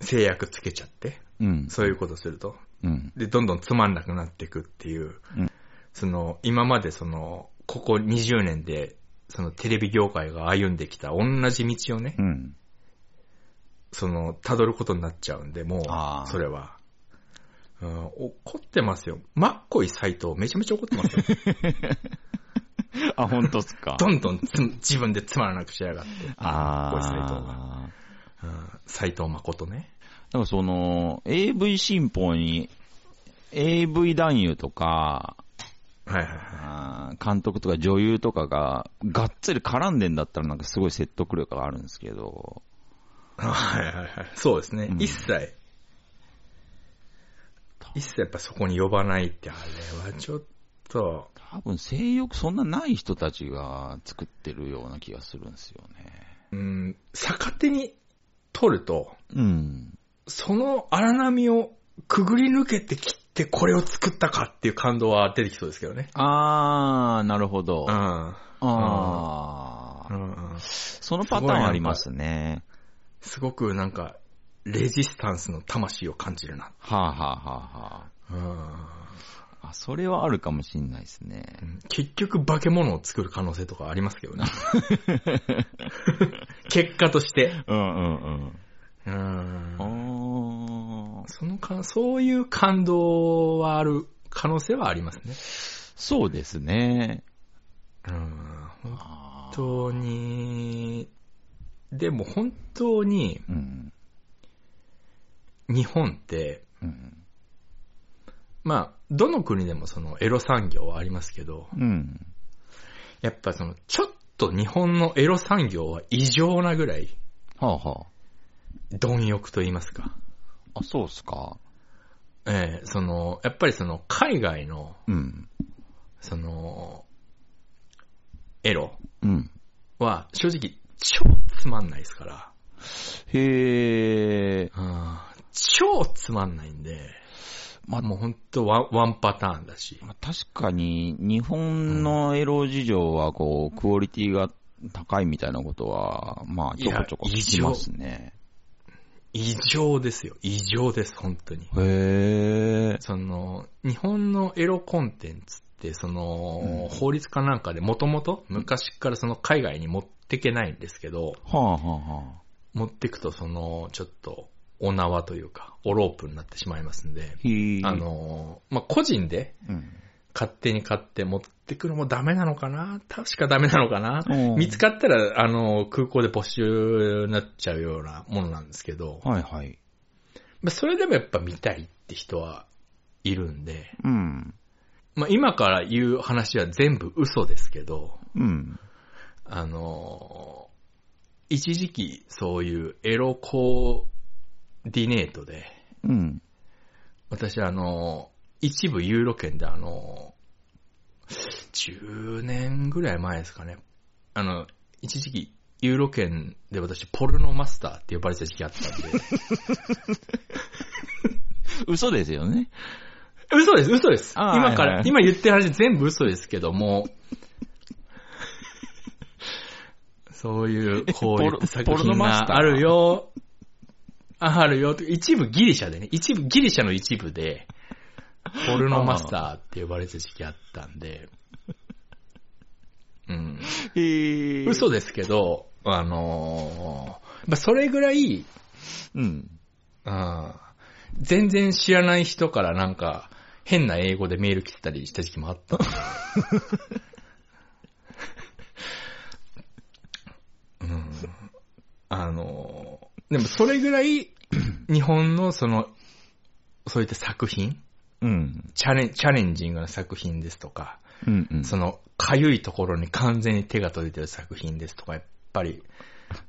Speaker 2: 制約つけちゃって、
Speaker 1: うん。
Speaker 2: そういうことすると。
Speaker 1: うん。
Speaker 2: で、どんどんつまんなくなっていくっていう、
Speaker 1: うん
Speaker 2: その、今までその、ここ20年で、そのテレビ業界が歩んできた同じ道をね、
Speaker 1: うん。
Speaker 2: その、辿ることになっちゃうんで、も
Speaker 1: あー
Speaker 2: う、それは。うん、怒ってますよ。マッコイ斎藤めちゃめちゃ怒ってますよ。
Speaker 1: あ、本当っすか
Speaker 2: どんどんつ自分でつまらなくしやが って。マッコイ斎藤が。
Speaker 1: ああ。
Speaker 2: うん斎藤誠ね。
Speaker 1: なんかその、AV 新法に、AV 男優とか、
Speaker 2: はいはいはい。
Speaker 1: あー監督とか女優とかが、がっつり絡んでんだったらなんかすごい説得力があるんですけど、
Speaker 2: はいはいはい。そうですね。
Speaker 1: うん
Speaker 2: 一切。一切やっぱそこに呼ばないって、あれはちょっと、
Speaker 1: 多分性欲そんなない人たちが作ってるような気がするんですよね。
Speaker 2: うん、逆手に取ると、
Speaker 1: うん。
Speaker 2: その荒波をくぐり抜けてきてこれを作ったかっていう感動は出てきそうですけどね。
Speaker 1: あー、なるほど。
Speaker 2: うん。
Speaker 1: あ
Speaker 2: う
Speaker 1: ー。
Speaker 2: んうん
Speaker 1: そのパターンありますね。
Speaker 2: すごくなんか、レジスタンスの魂を感じるな。
Speaker 1: はあはあはあは
Speaker 2: うん
Speaker 1: あ。あ、それはあるかもしんないですね。
Speaker 2: うん結局化け物を作る可能性とかあります けどね。結果として。
Speaker 1: うんうん
Speaker 2: うん
Speaker 1: うん。あー。
Speaker 2: そのか、そういう感動はある可能性はありますね。
Speaker 1: そうですね。
Speaker 2: うん。本
Speaker 1: あー
Speaker 2: 当に、でも本当に
Speaker 1: うん。
Speaker 2: 日本って、
Speaker 1: うん。
Speaker 2: まあ、どの国でもそのエロ産業はありますけど、
Speaker 1: うん。
Speaker 2: やっぱその、ちょっと日本のエロ産業は異常なぐらい、
Speaker 1: はあは
Speaker 2: 貪欲と言いますか。
Speaker 1: あ。あ、そうっすか。
Speaker 2: ええその、やっぱりその、海外の、
Speaker 1: うん。
Speaker 2: その、エロ
Speaker 1: うん。
Speaker 2: は、正直、超つまんないですから。
Speaker 1: へえ。
Speaker 2: うん超つまんないんで、
Speaker 1: まあ
Speaker 2: もうほんとワンワンパターンだし。
Speaker 1: まあ確かに、日本のエロ事情は、こう、クオリティが高いみたいなことは、まあ、ちょこちょこ聞きますね。
Speaker 2: 異常ですよ。異常です、本当に。
Speaker 1: へえ。
Speaker 2: その、日本のエロコンテンツって、その、法律かなんかでもともと昔からその海外に持ってけないんですけど、
Speaker 1: はあはあはあ。
Speaker 2: 持ってくとその、ちょっと、お縄というか、オロープになってしまいますんで、
Speaker 1: へえ。
Speaker 2: あ、の、まあ、個人で
Speaker 1: うん。
Speaker 2: 勝手に買って持ってくのもダメなのかな確かダメなのかな
Speaker 1: うん
Speaker 2: 見つかったら、あの、空港で没収になっちゃうようなものなんですけど、
Speaker 1: はいはい。
Speaker 2: まあそれでもやっぱ見たいって人はいるんで、
Speaker 1: うん。
Speaker 2: まあ、今から言う話は全部嘘ですけど、
Speaker 1: うん。
Speaker 2: あの、一時期そういうエロコーディネートで、
Speaker 1: うん。
Speaker 2: 私あの、一部ユーロ圏であの、10年ぐらい前ですかね。あの、一時期ユーロ圏で私ポルノマスターって呼ばれてた時期あったんで。
Speaker 1: 嘘ですよね。
Speaker 2: 嘘です、嘘です。
Speaker 1: あー
Speaker 2: 今か
Speaker 1: はい
Speaker 2: ら、
Speaker 1: はい
Speaker 2: 今言ってる話全部嘘ですけども、 そういう、こうい
Speaker 1: ポ
Speaker 2: う
Speaker 1: ル
Speaker 2: 作
Speaker 1: ポルノ
Speaker 2: 品
Speaker 1: マスタ
Speaker 2: が
Speaker 1: ー
Speaker 2: あるよ、ああるよ、一部ギリシャでね、一部、ギリシャの一部で、ポルノマスターって呼ばれてた時期あったんで、うん。
Speaker 1: へえ。
Speaker 2: 嘘ですけど、あのーまあそれぐらい、
Speaker 1: うん。
Speaker 2: うん全然知らない人からなんか、変な英語でメール来てたりした時期もあったの で。うん、あの、でもそれぐら い、日本のその、そういった作品、
Speaker 1: うん。
Speaker 2: チャレンチャレンジングな作品ですとか、
Speaker 1: うん。うん。
Speaker 2: その、かゆいところに完全に手が届いてる作品ですとか、やっぱり、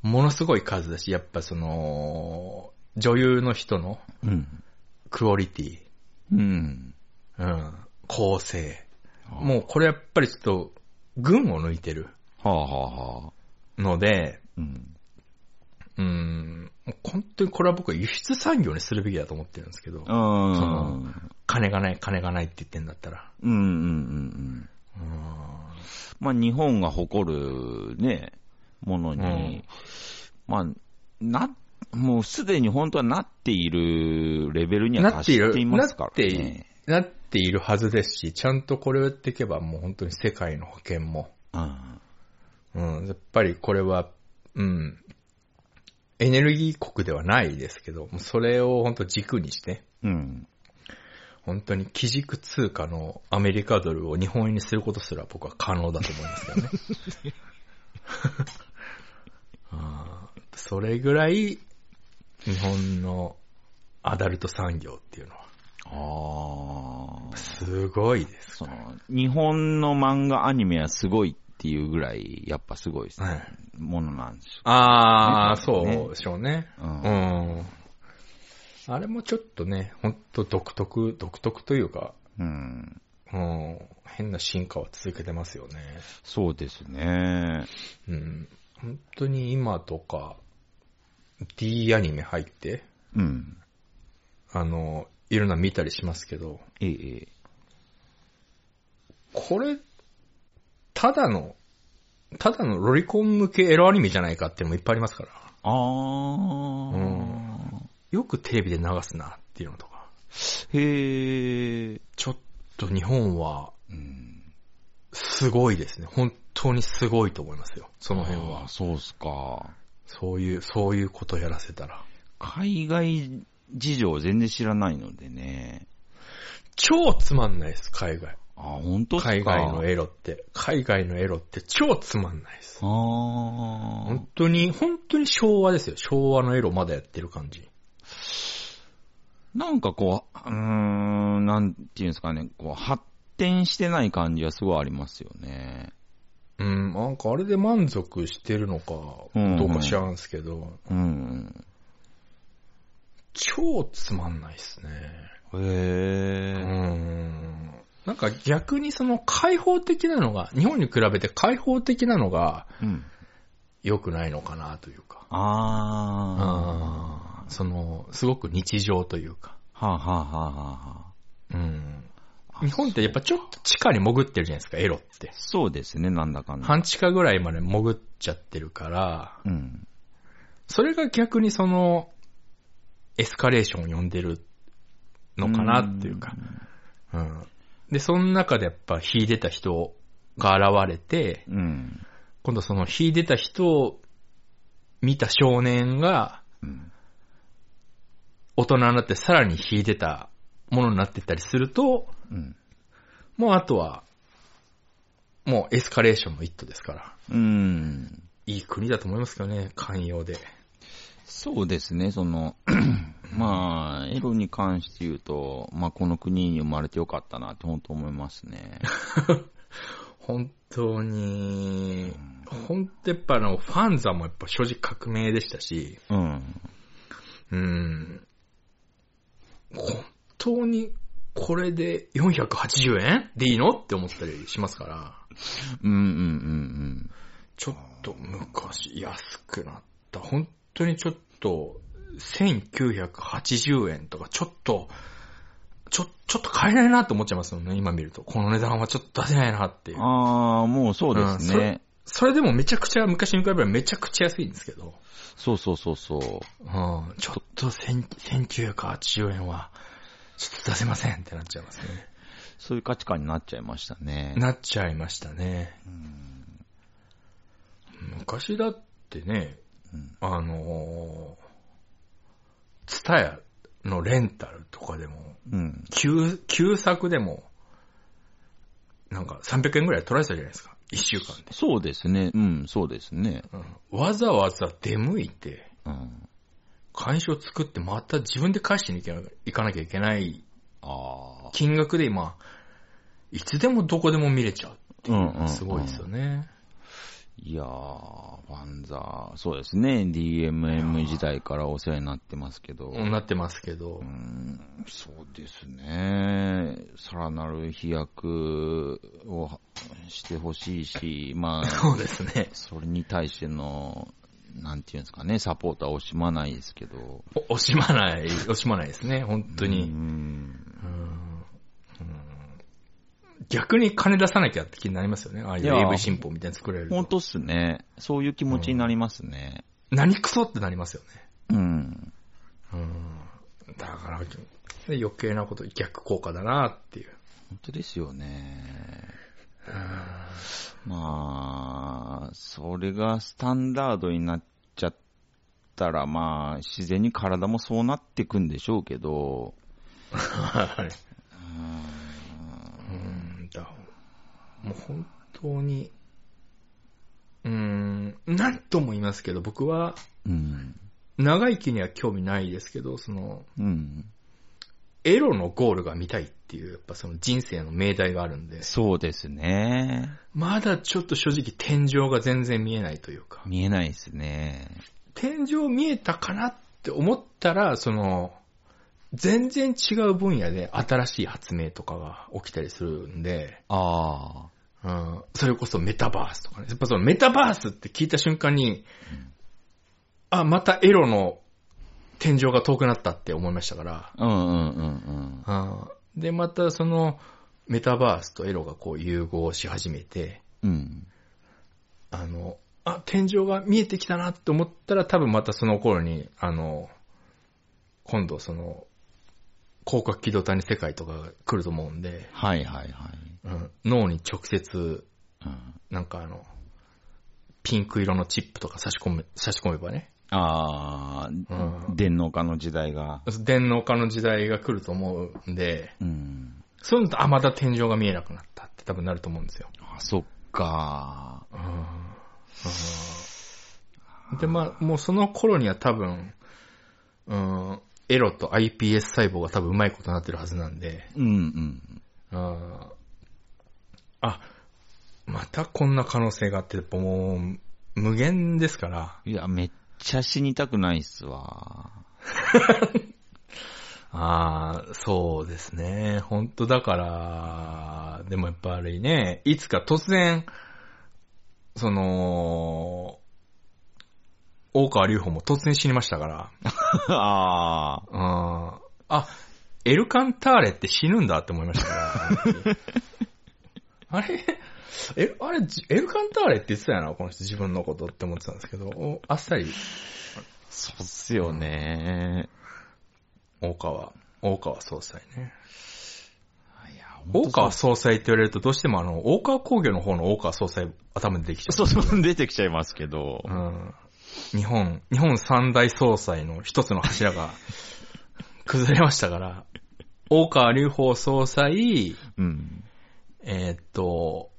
Speaker 2: ものすごい数だし、やっぱその、女優の人の
Speaker 1: うん。
Speaker 2: クオリティ、
Speaker 1: うん。
Speaker 2: うん、構成。
Speaker 1: はあ
Speaker 2: もうこれやっぱりちょっと、群を抜いてる
Speaker 1: はあはあはあ。
Speaker 2: ので、
Speaker 1: うん。
Speaker 2: うん、本当にこれは僕は輸出産業にするべきだと思ってるんですけど、
Speaker 1: うん。
Speaker 2: 金がない、金がないって言ってんだったら。
Speaker 1: うんうんうんうん。
Speaker 2: うん
Speaker 1: まあ日本が誇るね、ものに、まあ、な、もうすでに本当はなっているレベルには
Speaker 2: なって
Speaker 1: 達
Speaker 2: い
Speaker 1: してい
Speaker 2: る、
Speaker 1: ま
Speaker 2: な
Speaker 1: すか
Speaker 2: っ
Speaker 1: ら
Speaker 2: てい
Speaker 1: ね。
Speaker 2: なっているはずですし、ちゃんとこれをやっていけばもう本当に世界の保険も、
Speaker 1: うん
Speaker 2: うん、やっぱりこれは、うん、エネルギー国ではないですけど、もうそれを本当軸にして、
Speaker 1: うん。
Speaker 2: 本当に基軸通貨のアメリカドルを日本円にすることすら僕は可能だと思いますけ どね。あーそれぐらい日本のアダルト産業っていうのは
Speaker 1: ああ。
Speaker 2: すごいです。
Speaker 1: その、日本の漫画アニメはすごいっていうぐらい、やっぱすごい
Speaker 2: はい、
Speaker 1: ものなんですよ。
Speaker 2: ああ、
Speaker 1: ね
Speaker 2: そうでしょうね。
Speaker 1: う
Speaker 2: うんん。あれもちょっとね、ほんと独特、独特というか、
Speaker 1: うん。
Speaker 2: うん、変な進化は続けてますよね。
Speaker 1: そうですね。
Speaker 2: うん。本当に今とか、D アニメ入って、
Speaker 1: うん。
Speaker 2: あの、いろんな見たりしますけど、
Speaker 1: ええ。
Speaker 2: これ、ただの、ただのロリコン向けエロアニメじゃないかっていうのもいっぱいありますから、
Speaker 1: ああ。
Speaker 2: うんよくテレビで流すなっていうのとか。
Speaker 1: へえ。
Speaker 2: ちょっと日本は
Speaker 1: うん。
Speaker 2: すごいですね。本当にすごいと思いますよ。その辺
Speaker 1: あ
Speaker 2: は
Speaker 1: ー。そうっすか。
Speaker 2: そういう、そういうことやらせたら。
Speaker 1: 海外事情全然知らないのでね。
Speaker 2: 超つまんないです、海外。
Speaker 1: あ、本当っすか
Speaker 2: 海外の
Speaker 1: 絵。
Speaker 2: エロって。海外のエロって超つまんないです。
Speaker 1: あー
Speaker 2: 本当に、本当に昭和ですよ。昭和のエロまだやってる感じ。
Speaker 1: なんかこう、うーん、なんていうんですかね、こう、発展してない感じはすごいありますよね。
Speaker 2: うん、なんかあれで満足してるのか、
Speaker 1: うん
Speaker 2: どうか知らんすけど、
Speaker 1: うん。
Speaker 2: 超つまんないですね。
Speaker 1: へ
Speaker 2: う
Speaker 1: え。
Speaker 2: ん。なんか逆にその開放的なのが、日本に比べて開放的なのが
Speaker 1: うん。
Speaker 2: 良くないのかなというか。
Speaker 1: あ
Speaker 2: あーその、すごく日常というか。
Speaker 1: あ。はあはあはあは
Speaker 2: うん。
Speaker 1: あ。
Speaker 2: 日本ってやっぱちょっと地下に潜ってるじゃないですか、エロって。
Speaker 1: そうですね、なんだかんだ。
Speaker 2: 半地下ぐらいまで潜っちゃってるから、
Speaker 1: うん。
Speaker 2: それが逆にその、エスカレーションを呼んでるのかなっていうか。うん。で、その中でやっぱ秀でた人が現れて、
Speaker 1: うん。うん。
Speaker 2: 今度その秀でた人を見た少年が、
Speaker 1: うん。
Speaker 2: 大人になってさらに秀でたものになってったりすると、
Speaker 1: うん。
Speaker 2: もうあとは、もうエスカレーションの一途ですから。
Speaker 1: うん。
Speaker 2: いい国だと思いますけどね、寛容で。
Speaker 1: そうですね、その、 まあ、エロに関して言うと、まあ、この国に生まれてよかったなって本当思います ね。
Speaker 2: 本当に、本当やっぱあの、ファンザもやっぱ正直革命でしたし、
Speaker 1: うん。
Speaker 2: うん。本当に、これで480円でいいのって思ったりしますから、
Speaker 1: うんうんうん
Speaker 2: ちょっと昔安くなった。本当にちょっと、1980円とか、ちょっと、ちょ、ちょっと買えないなって思っちゃいますよね、今見ると。この値段はちょっと出せないなっていう
Speaker 1: うん。。ああ、もうそうですね。
Speaker 2: それでもめちゃくちゃ、昔に比べればめちゃくちゃ安いんですけど、
Speaker 1: そうそうそうそう。
Speaker 2: うん、ちょっと1000 1980円は、ちょっと出せませんってなっちゃいますね。
Speaker 1: そういう価値観になっちゃいましたね。
Speaker 2: なっちゃいましたね。昔だってね、
Speaker 1: うん
Speaker 2: あのツタヤのレンタルとかでも、
Speaker 1: うん。
Speaker 2: 旧、旧作でも、なんか300円ぐらい取られてたじゃないですか。1週間で。
Speaker 1: そうですね。うん、そうですね。
Speaker 2: うん、わざわざ出向いて、
Speaker 1: うん。
Speaker 2: 会社を作ってまた自分で返しに行けないかなきゃいけない
Speaker 1: ああ。
Speaker 2: 金額で今、いつでもどこでも見れちゃうってい
Speaker 1: うんうんう
Speaker 2: う、
Speaker 1: ん
Speaker 2: すごいですよね。
Speaker 1: いやー、ファンザー、そうですね。DMM 時代からお世話になってますけど。
Speaker 2: なってますけど
Speaker 1: うー、んそうですね。さらなる飛躍をしてほしいし、ま あ、
Speaker 2: そうですね。
Speaker 1: それに対しての、なんていうんですかね、サポーターを惜しまないですけど。
Speaker 2: お惜しまない、惜しまないですね、本当
Speaker 1: うー
Speaker 2: に。
Speaker 1: ん
Speaker 2: うんうん逆に金出さなきゃって気になりますよね。ああい
Speaker 1: いうや
Speaker 2: AV 新法みたいに作れる
Speaker 1: 本
Speaker 2: と。
Speaker 1: 当っすね。そういう気持ちになりますね。
Speaker 2: 何クソってなりますよね。
Speaker 1: うん。
Speaker 2: うんだから、余計なこと逆効果だなっ ていう。
Speaker 1: 本当ですよね。まあ、それがスタンダードになっちゃったら、まあ、自然に体もそうなってくんでしょうけど、
Speaker 2: はい。うんだ。もう本当に、うーん、なんとも言いますけど、僕は、
Speaker 1: うん。
Speaker 2: 長生きには興味ないですけど、その、
Speaker 1: うん。
Speaker 2: エロのゴールが見たいっていう、やっぱその人生の命題があるんで、
Speaker 1: そうですね。
Speaker 2: まだちょっと正直天井が全然見えないというか、
Speaker 1: 見えないですね。
Speaker 2: 天井見えたかなって思ったら、その、全然違う分野で新しい発明とかが起きたりするんで、
Speaker 1: ああ。
Speaker 2: うんそれこそメタバースとかね。やっぱそのメタバースって聞いた瞬間に、あ、またエロの天井が遠くなったって思いましたから。
Speaker 1: うんうんうんうん。
Speaker 2: うんで、またそのメタバースとエロがこう融合し始めて、
Speaker 1: うん。
Speaker 2: あの、あ、天井が見えてきたなって思ったら多分またその頃に、あの、今度その、広角機動隊の世界とかが来ると思うんで、
Speaker 1: はいはいは
Speaker 2: うん脳に直接
Speaker 1: い。うん、
Speaker 2: なんかあの、ピンク色のチップとか差し込め、差し込めばね。
Speaker 1: ああ、
Speaker 2: うん
Speaker 1: 電脳化の時代が。
Speaker 2: 電脳化の時代が来ると思うんで、
Speaker 1: うん。
Speaker 2: そういうのと、あ、また天井が見えなくなったって多分なると思うんですよ。
Speaker 1: あ、そっか。
Speaker 2: で、まあ、もうその頃には多分、うん、エロと iPS 細胞が多分うまいことになってるはずなんで、
Speaker 1: うんうん。
Speaker 2: うんあ、またこんな可能性があって、もう、無限ですから、
Speaker 1: いや、めっちゃ死にたくないっすわ。
Speaker 2: ああ、そうですね。本当だから、でもやっぱりね、いつか突然、その、大川隆法も突然死にましたか ら、
Speaker 1: ああ。
Speaker 2: うん。あ、エルカンターレって死ぬんだって思いましたから。あれえ、あれ、じエルカンターレって言ってたよな、この人自分のことって思ってたんですけど、おあっさり、
Speaker 1: そうっすよね。
Speaker 2: 大川、大川総裁ね。
Speaker 1: いや
Speaker 2: 大川
Speaker 1: そ
Speaker 2: 総裁って言われると、どうしてもあの、大川工業の方の大川総裁、頭に出てきちゃう。
Speaker 1: うそう、出てきちゃいますけど。
Speaker 2: うん。日本、日本三大総裁の一つの柱が 崩れましたから、大川隆法総裁、
Speaker 1: うん。
Speaker 2: えーっと、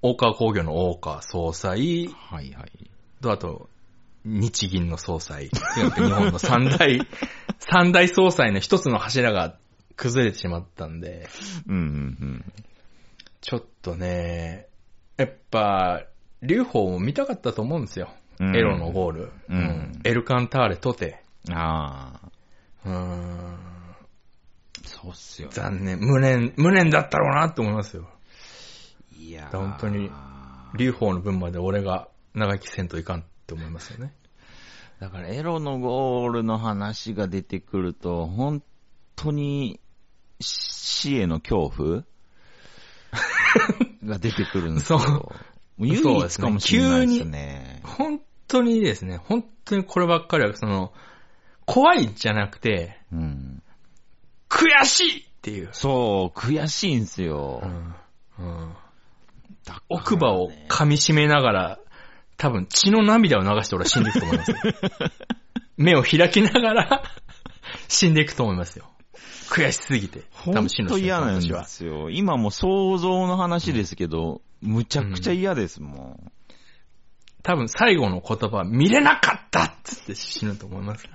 Speaker 2: 大川工業の大川総裁
Speaker 1: はいはい。
Speaker 2: と、あと、日銀の総裁。日本の三大、 三大総裁の一つの柱が崩れてしまったんで、
Speaker 1: うんうん
Speaker 2: ちょっとね、やっぱ、劉邦も見たかったと思うんですよ。
Speaker 1: うん
Speaker 2: エロのゴール。
Speaker 1: うん
Speaker 2: エルカンターレとて。
Speaker 1: うん。ああ。
Speaker 2: うーん。
Speaker 1: そうっすよね。
Speaker 2: 残念。無念、無念だったろうなって思いますよ。
Speaker 1: いやー
Speaker 2: 本当に劉邦の分まで俺が長生きせんといかんって思いますよね。
Speaker 1: だからエロのゴールの話が出てくると、本当に死への恐 怖が出てくるんですよ。
Speaker 2: そう
Speaker 1: もう唯
Speaker 2: そうです
Speaker 1: 一
Speaker 2: ね
Speaker 1: かもしれないですね。
Speaker 2: 本当にですね、本当にこればっかりは、その、怖いじゃなくて、
Speaker 1: うん、
Speaker 2: 悔しいっていう。
Speaker 1: そう、悔しいんですよ。
Speaker 2: うんうん
Speaker 1: だからね
Speaker 2: 奥歯を噛み締めながら、多分血の涙を流して俺は死んでいくと思 いますよ。目を開きながら死んでいくと思いますよ。悔しすぎて。多
Speaker 1: 本
Speaker 2: 分死ぬ
Speaker 1: 当
Speaker 2: 瞬
Speaker 1: 嫌
Speaker 2: 間
Speaker 1: なん
Speaker 2: 私
Speaker 1: で
Speaker 2: は。
Speaker 1: すよ。今もう想像の話ですけど、むちゃくちゃ嫌ですもん。
Speaker 2: 多分最後の言葉は見れなかったっつって死ぬと思 います。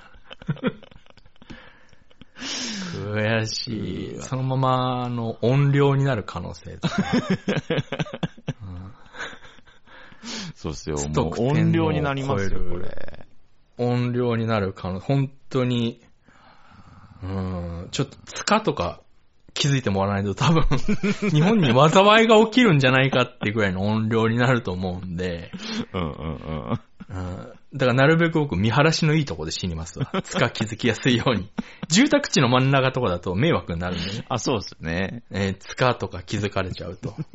Speaker 2: 悔し
Speaker 1: う
Speaker 2: い。
Speaker 1: わ
Speaker 2: そのまま、あの、音量になる可能性とか。
Speaker 1: そうっすよ。
Speaker 2: スト
Speaker 1: も
Speaker 2: ック
Speaker 1: う音量になりますよ、
Speaker 2: 天皇
Speaker 1: こ
Speaker 2: を超える
Speaker 1: れ。
Speaker 2: 音量になる可能、本当に、うん、ちょっと、つかとか気づいてもらわないと多分、日本に災いが起きるんじゃないかってぐらいの音量になると思うんで、
Speaker 1: うんうんうん。
Speaker 2: うん、だからなるべく僕見晴らしのいいとこで死にますわ。つか気づきやすいように。住宅地の真ん中とかだと迷惑になるんでね。
Speaker 1: あ、そうっすね。
Speaker 2: えー、つかとか気づかれちゃうと。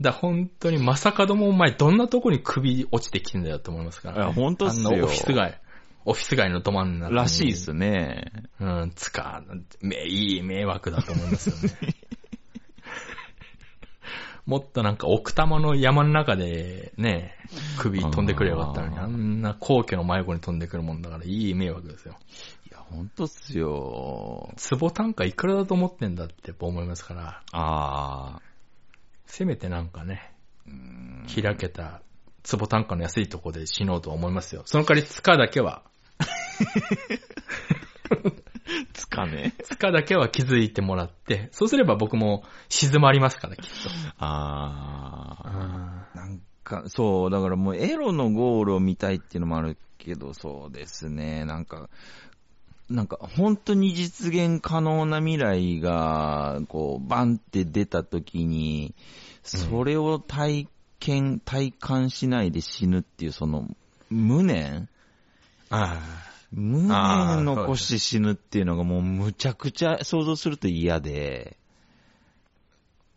Speaker 2: だ、本当に、まさかどもお前、どんなとこに首落ちてきてんだよと思いますから、
Speaker 1: いや本当っすよ
Speaker 2: あんなオフィス街、オフィス街のど真ん中に。
Speaker 1: らしいっすね。
Speaker 2: うん、つか、め、いい迷惑だと思いますよね。 もっとなんか奥多摩の山の中でね、首飛んでくればよかったのに、
Speaker 1: あー
Speaker 2: あんな皇居の迷子に飛んでくるもんだからいい迷惑ですよ。
Speaker 1: いや、ほんとっすよ。
Speaker 2: 壺単価いくらだと思ってんだってやっぱ思いますから、
Speaker 1: あ
Speaker 2: せめてなんかね、
Speaker 1: ー。うーん
Speaker 2: 開けた、壺単価の安いとこで死のうと思いますよ。その代わり、つかだけは、
Speaker 1: つかね。
Speaker 2: つかだけは気づいてもらって、そうすれば僕も静まりますから、きっと。
Speaker 1: あー。なんか、そう、だからもうエロのゴールを見たいっていうのもあるけど、そうですね。なんか、なんか本当に実現可能な未来が、こう、バンって出た時に、それを体験、体感しないで死ぬっていう、その、無念
Speaker 2: あ
Speaker 1: 無
Speaker 2: あー
Speaker 1: 念残して死ぬっていうのがもうむちゃくちゃ想像すると嫌で。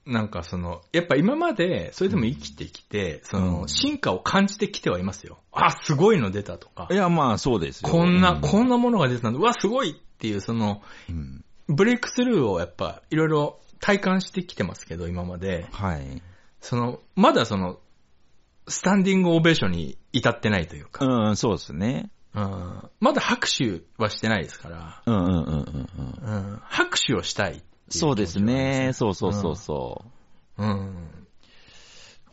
Speaker 2: ーなんかその、やっぱ今まで、それでも生きてきて、そ
Speaker 1: うん
Speaker 2: の、進化を感じてきてはいますよ。あ、すごいの出たとか
Speaker 1: い、や、まあそうですよ。
Speaker 2: こんな、
Speaker 1: う
Speaker 2: こんなものが出てたんだ、うわ、すごいっていう、その、
Speaker 1: うん
Speaker 2: ブレイクスルーをやっぱ、いろいろ体感してきてますけど、今まで。
Speaker 1: はい。
Speaker 2: その、まだその、スタンディングオベーションに至ってないというか、
Speaker 1: うん、そうですね。
Speaker 2: うんまだ拍手はしてないですから、
Speaker 1: うんうんうんうんうん。
Speaker 2: うん拍手をしたいってい
Speaker 1: そうですね。そうそうそう
Speaker 2: う
Speaker 1: そう。
Speaker 2: 気持ちがあります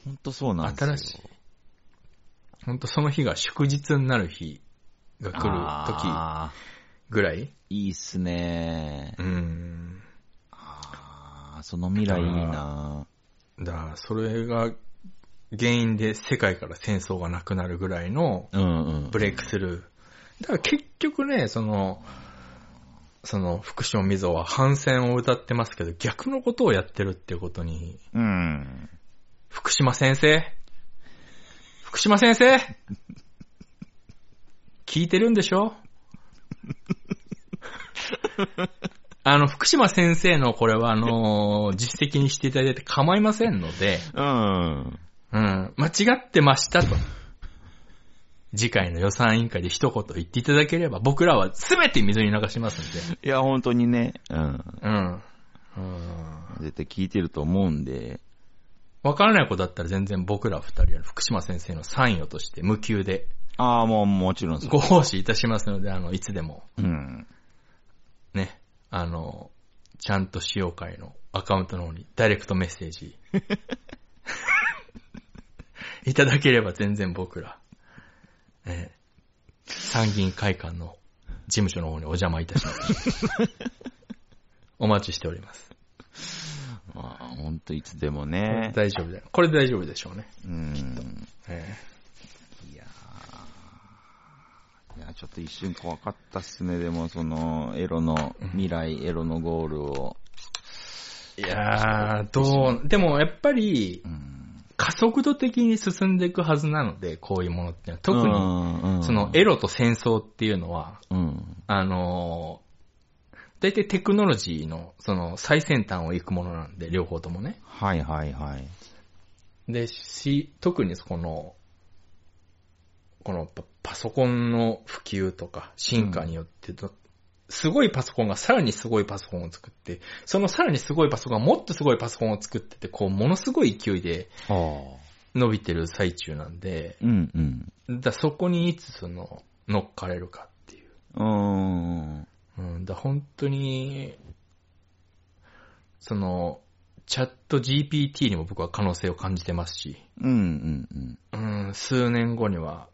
Speaker 2: ね。
Speaker 1: ほんとそう
Speaker 2: うん。
Speaker 1: なんですよ。
Speaker 2: 新しい。本当その日が祝日になる日が来る時
Speaker 1: あ
Speaker 2: ぐらい
Speaker 1: ーいいっすね。
Speaker 2: うん。
Speaker 1: あーその未来いいな。
Speaker 2: だから、それが原因で世界から戦争がなくなるぐらいの
Speaker 1: うんうん。
Speaker 2: ブレイクスルーだから結局ね、その、その、福島みぞは反戦を歌ってますけど、逆のことをやってるっていうことに、
Speaker 1: うん。
Speaker 2: 福島先生福島先生聞いてるんでしょあの、福島先生のこれはあのー実績にしていただいて構いませんので、
Speaker 1: うん。
Speaker 2: うん、間違ってましたと。次回の予算委員会で一言言っていただければ、僕らは全て水に流しますんで。
Speaker 1: いや、本当にね、うん。
Speaker 2: うん。うん
Speaker 1: 絶対聞いてると思うんで、
Speaker 2: わからない子だったら全然僕ら二人は福島先生のサインをとして無給で
Speaker 1: ああ、もう、もちろんそう。
Speaker 2: ご奉仕いたしますので、あの、いつでも、
Speaker 1: うん。
Speaker 2: ね、あの、ちゃんと使用会のアカウントの方にダイレクトメッセー ジいただければ全然僕ら、えー参議院会館の事務所の方にお邪魔いたします。 お待ちしております。
Speaker 1: まあ、本当いつでもね。
Speaker 2: 大丈夫だよ。これで大丈夫でしょうね。
Speaker 1: うん。
Speaker 2: え
Speaker 1: いやーいや、ちょっと一瞬怖かったっすね。でも、その、エロの、未来エロのゴールを。
Speaker 2: ーいやー、どう、でもやっぱり
Speaker 1: うん。
Speaker 2: 加速度的に進んでいくはずなので、こういうものってのは特に、
Speaker 1: に
Speaker 2: そのエ、ロと戦争っていうのは、
Speaker 1: うん。
Speaker 2: あのー、大体テクノロジーのその最先端を行くものなんで、両方ともね。
Speaker 1: はいはいはい。
Speaker 2: で、し、特にこの、このパパソコンの普及とか進化によってと、すごいパソコンがさらにすごいパソコンを作って、そのさらにすごいパソコンがもっとすごいパソコンを作ってて、こう、ものすごい勢いで
Speaker 1: は
Speaker 2: 伸びてる最中なんで、
Speaker 1: あ。うんうん。
Speaker 2: だそこにいつその、乗っかれるかっていう。
Speaker 1: うーん。
Speaker 2: うん、だ本当に、その、チャット GPT にも僕は可能性を感じてますし、
Speaker 1: うんうんうん。
Speaker 2: うん、数年後には、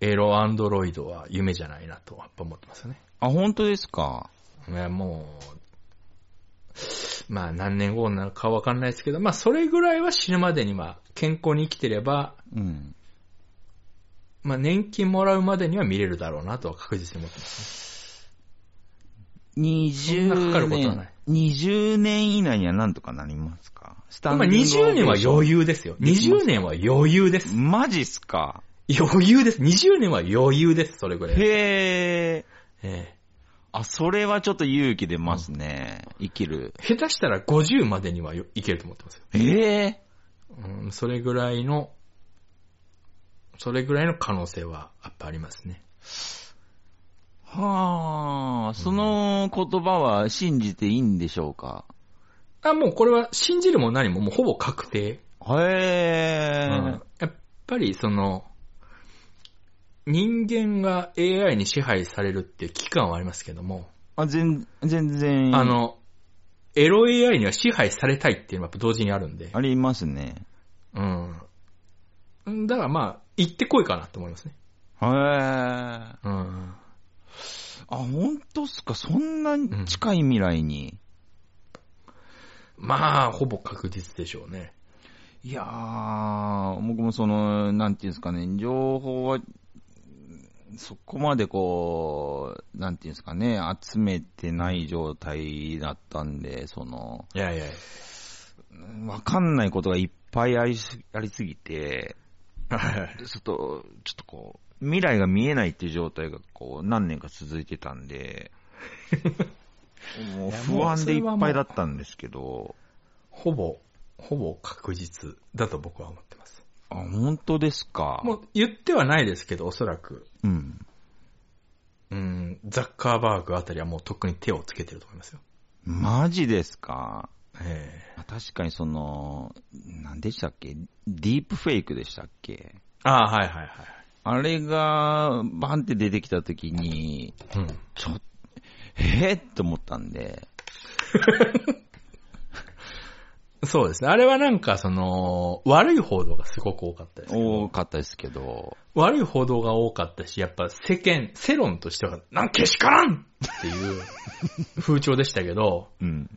Speaker 2: エロアンドロイドは夢じゃないなと、やっぱ思ってますよね。
Speaker 1: あ、本当ですか。
Speaker 2: いや、もう、まあ何年後になるかわかんないですけど、まあそれぐらいは死ぬまでには健康に生きてれば、
Speaker 1: うん。
Speaker 2: まあ年金もらうまでには見れるだろうなとは確実に思ってます。
Speaker 1: 20
Speaker 2: そんなかかることはな
Speaker 1: 年
Speaker 2: い、
Speaker 1: 20年以内にはなんとかなりますかスタン
Speaker 2: ま
Speaker 1: デ
Speaker 2: あ
Speaker 1: ィング
Speaker 2: 20年は
Speaker 1: 裕。
Speaker 2: 余裕ですよ。20年は余裕です。
Speaker 1: マジっすか
Speaker 2: 余裕です。20年は余裕です、それぐらい。
Speaker 1: へえ。
Speaker 2: ええ
Speaker 1: あ、それはちょっと勇気出ますね。生きる。
Speaker 2: 下手したら50までにはよいけると思ってますよ。
Speaker 1: ええ
Speaker 2: うん、それぐらいの、それぐらいの可能性はやっぱありますね。
Speaker 1: はあ、その言葉は信じていいんでしょうか
Speaker 2: あ、もうこれは信じるも何ももうほぼ確定。
Speaker 1: へえ、
Speaker 2: うんやっぱりその、人間が AI に支配されるっていう期間はありますけども、
Speaker 1: あ、全、全然。
Speaker 2: あ、の、エロ AI には支配されたいっていうのはやっぱ同時にあるんで、
Speaker 1: ありますね。
Speaker 2: うん。だからまあ、行ってこいかなと思いますね。
Speaker 1: へえ。あ、
Speaker 2: うん。
Speaker 1: 本当っすかそんな近い未来に。
Speaker 2: まあ、ほぼ確実でしょうね。
Speaker 1: いやー、僕もその、なんていうんですかね、情報は、そこまでこう、なんていうんですかね、集めてない状態だったんで、その、
Speaker 2: いやいや
Speaker 1: わかんないことがいっぱいありすありすぎて、ちょっと、ちょっとこう、未来が見えないっていう状態がこう、何年か続いてたん で、もう
Speaker 2: いや
Speaker 1: 不安でいっぱいだったんですけど、
Speaker 2: ほぼ、ほぼ確実だと僕は思ってます。
Speaker 1: あ、本当ですか。
Speaker 2: もう言ってはないですけど、おそらく、
Speaker 1: うん。
Speaker 2: うん、ザッカーバーグあたりはもうとっくに手をつけてると思いますよ。
Speaker 1: マジですか。
Speaker 2: ええ
Speaker 1: あ確かにその、何でしたっけディープフェイクでしたっけ
Speaker 2: ああ、はいはいは
Speaker 1: あれが、バンって出てきたときに、
Speaker 2: い。うん。
Speaker 1: ちょ、えー、と思ったんで、
Speaker 2: そうですね。あれはなんかその、悪い報道がすごく多かったですけど
Speaker 1: 多かったですけど、
Speaker 2: 悪い報道が多かったし、やっぱ世間、世論としては、なんけしからんっていう風潮でしたけど、
Speaker 1: うん。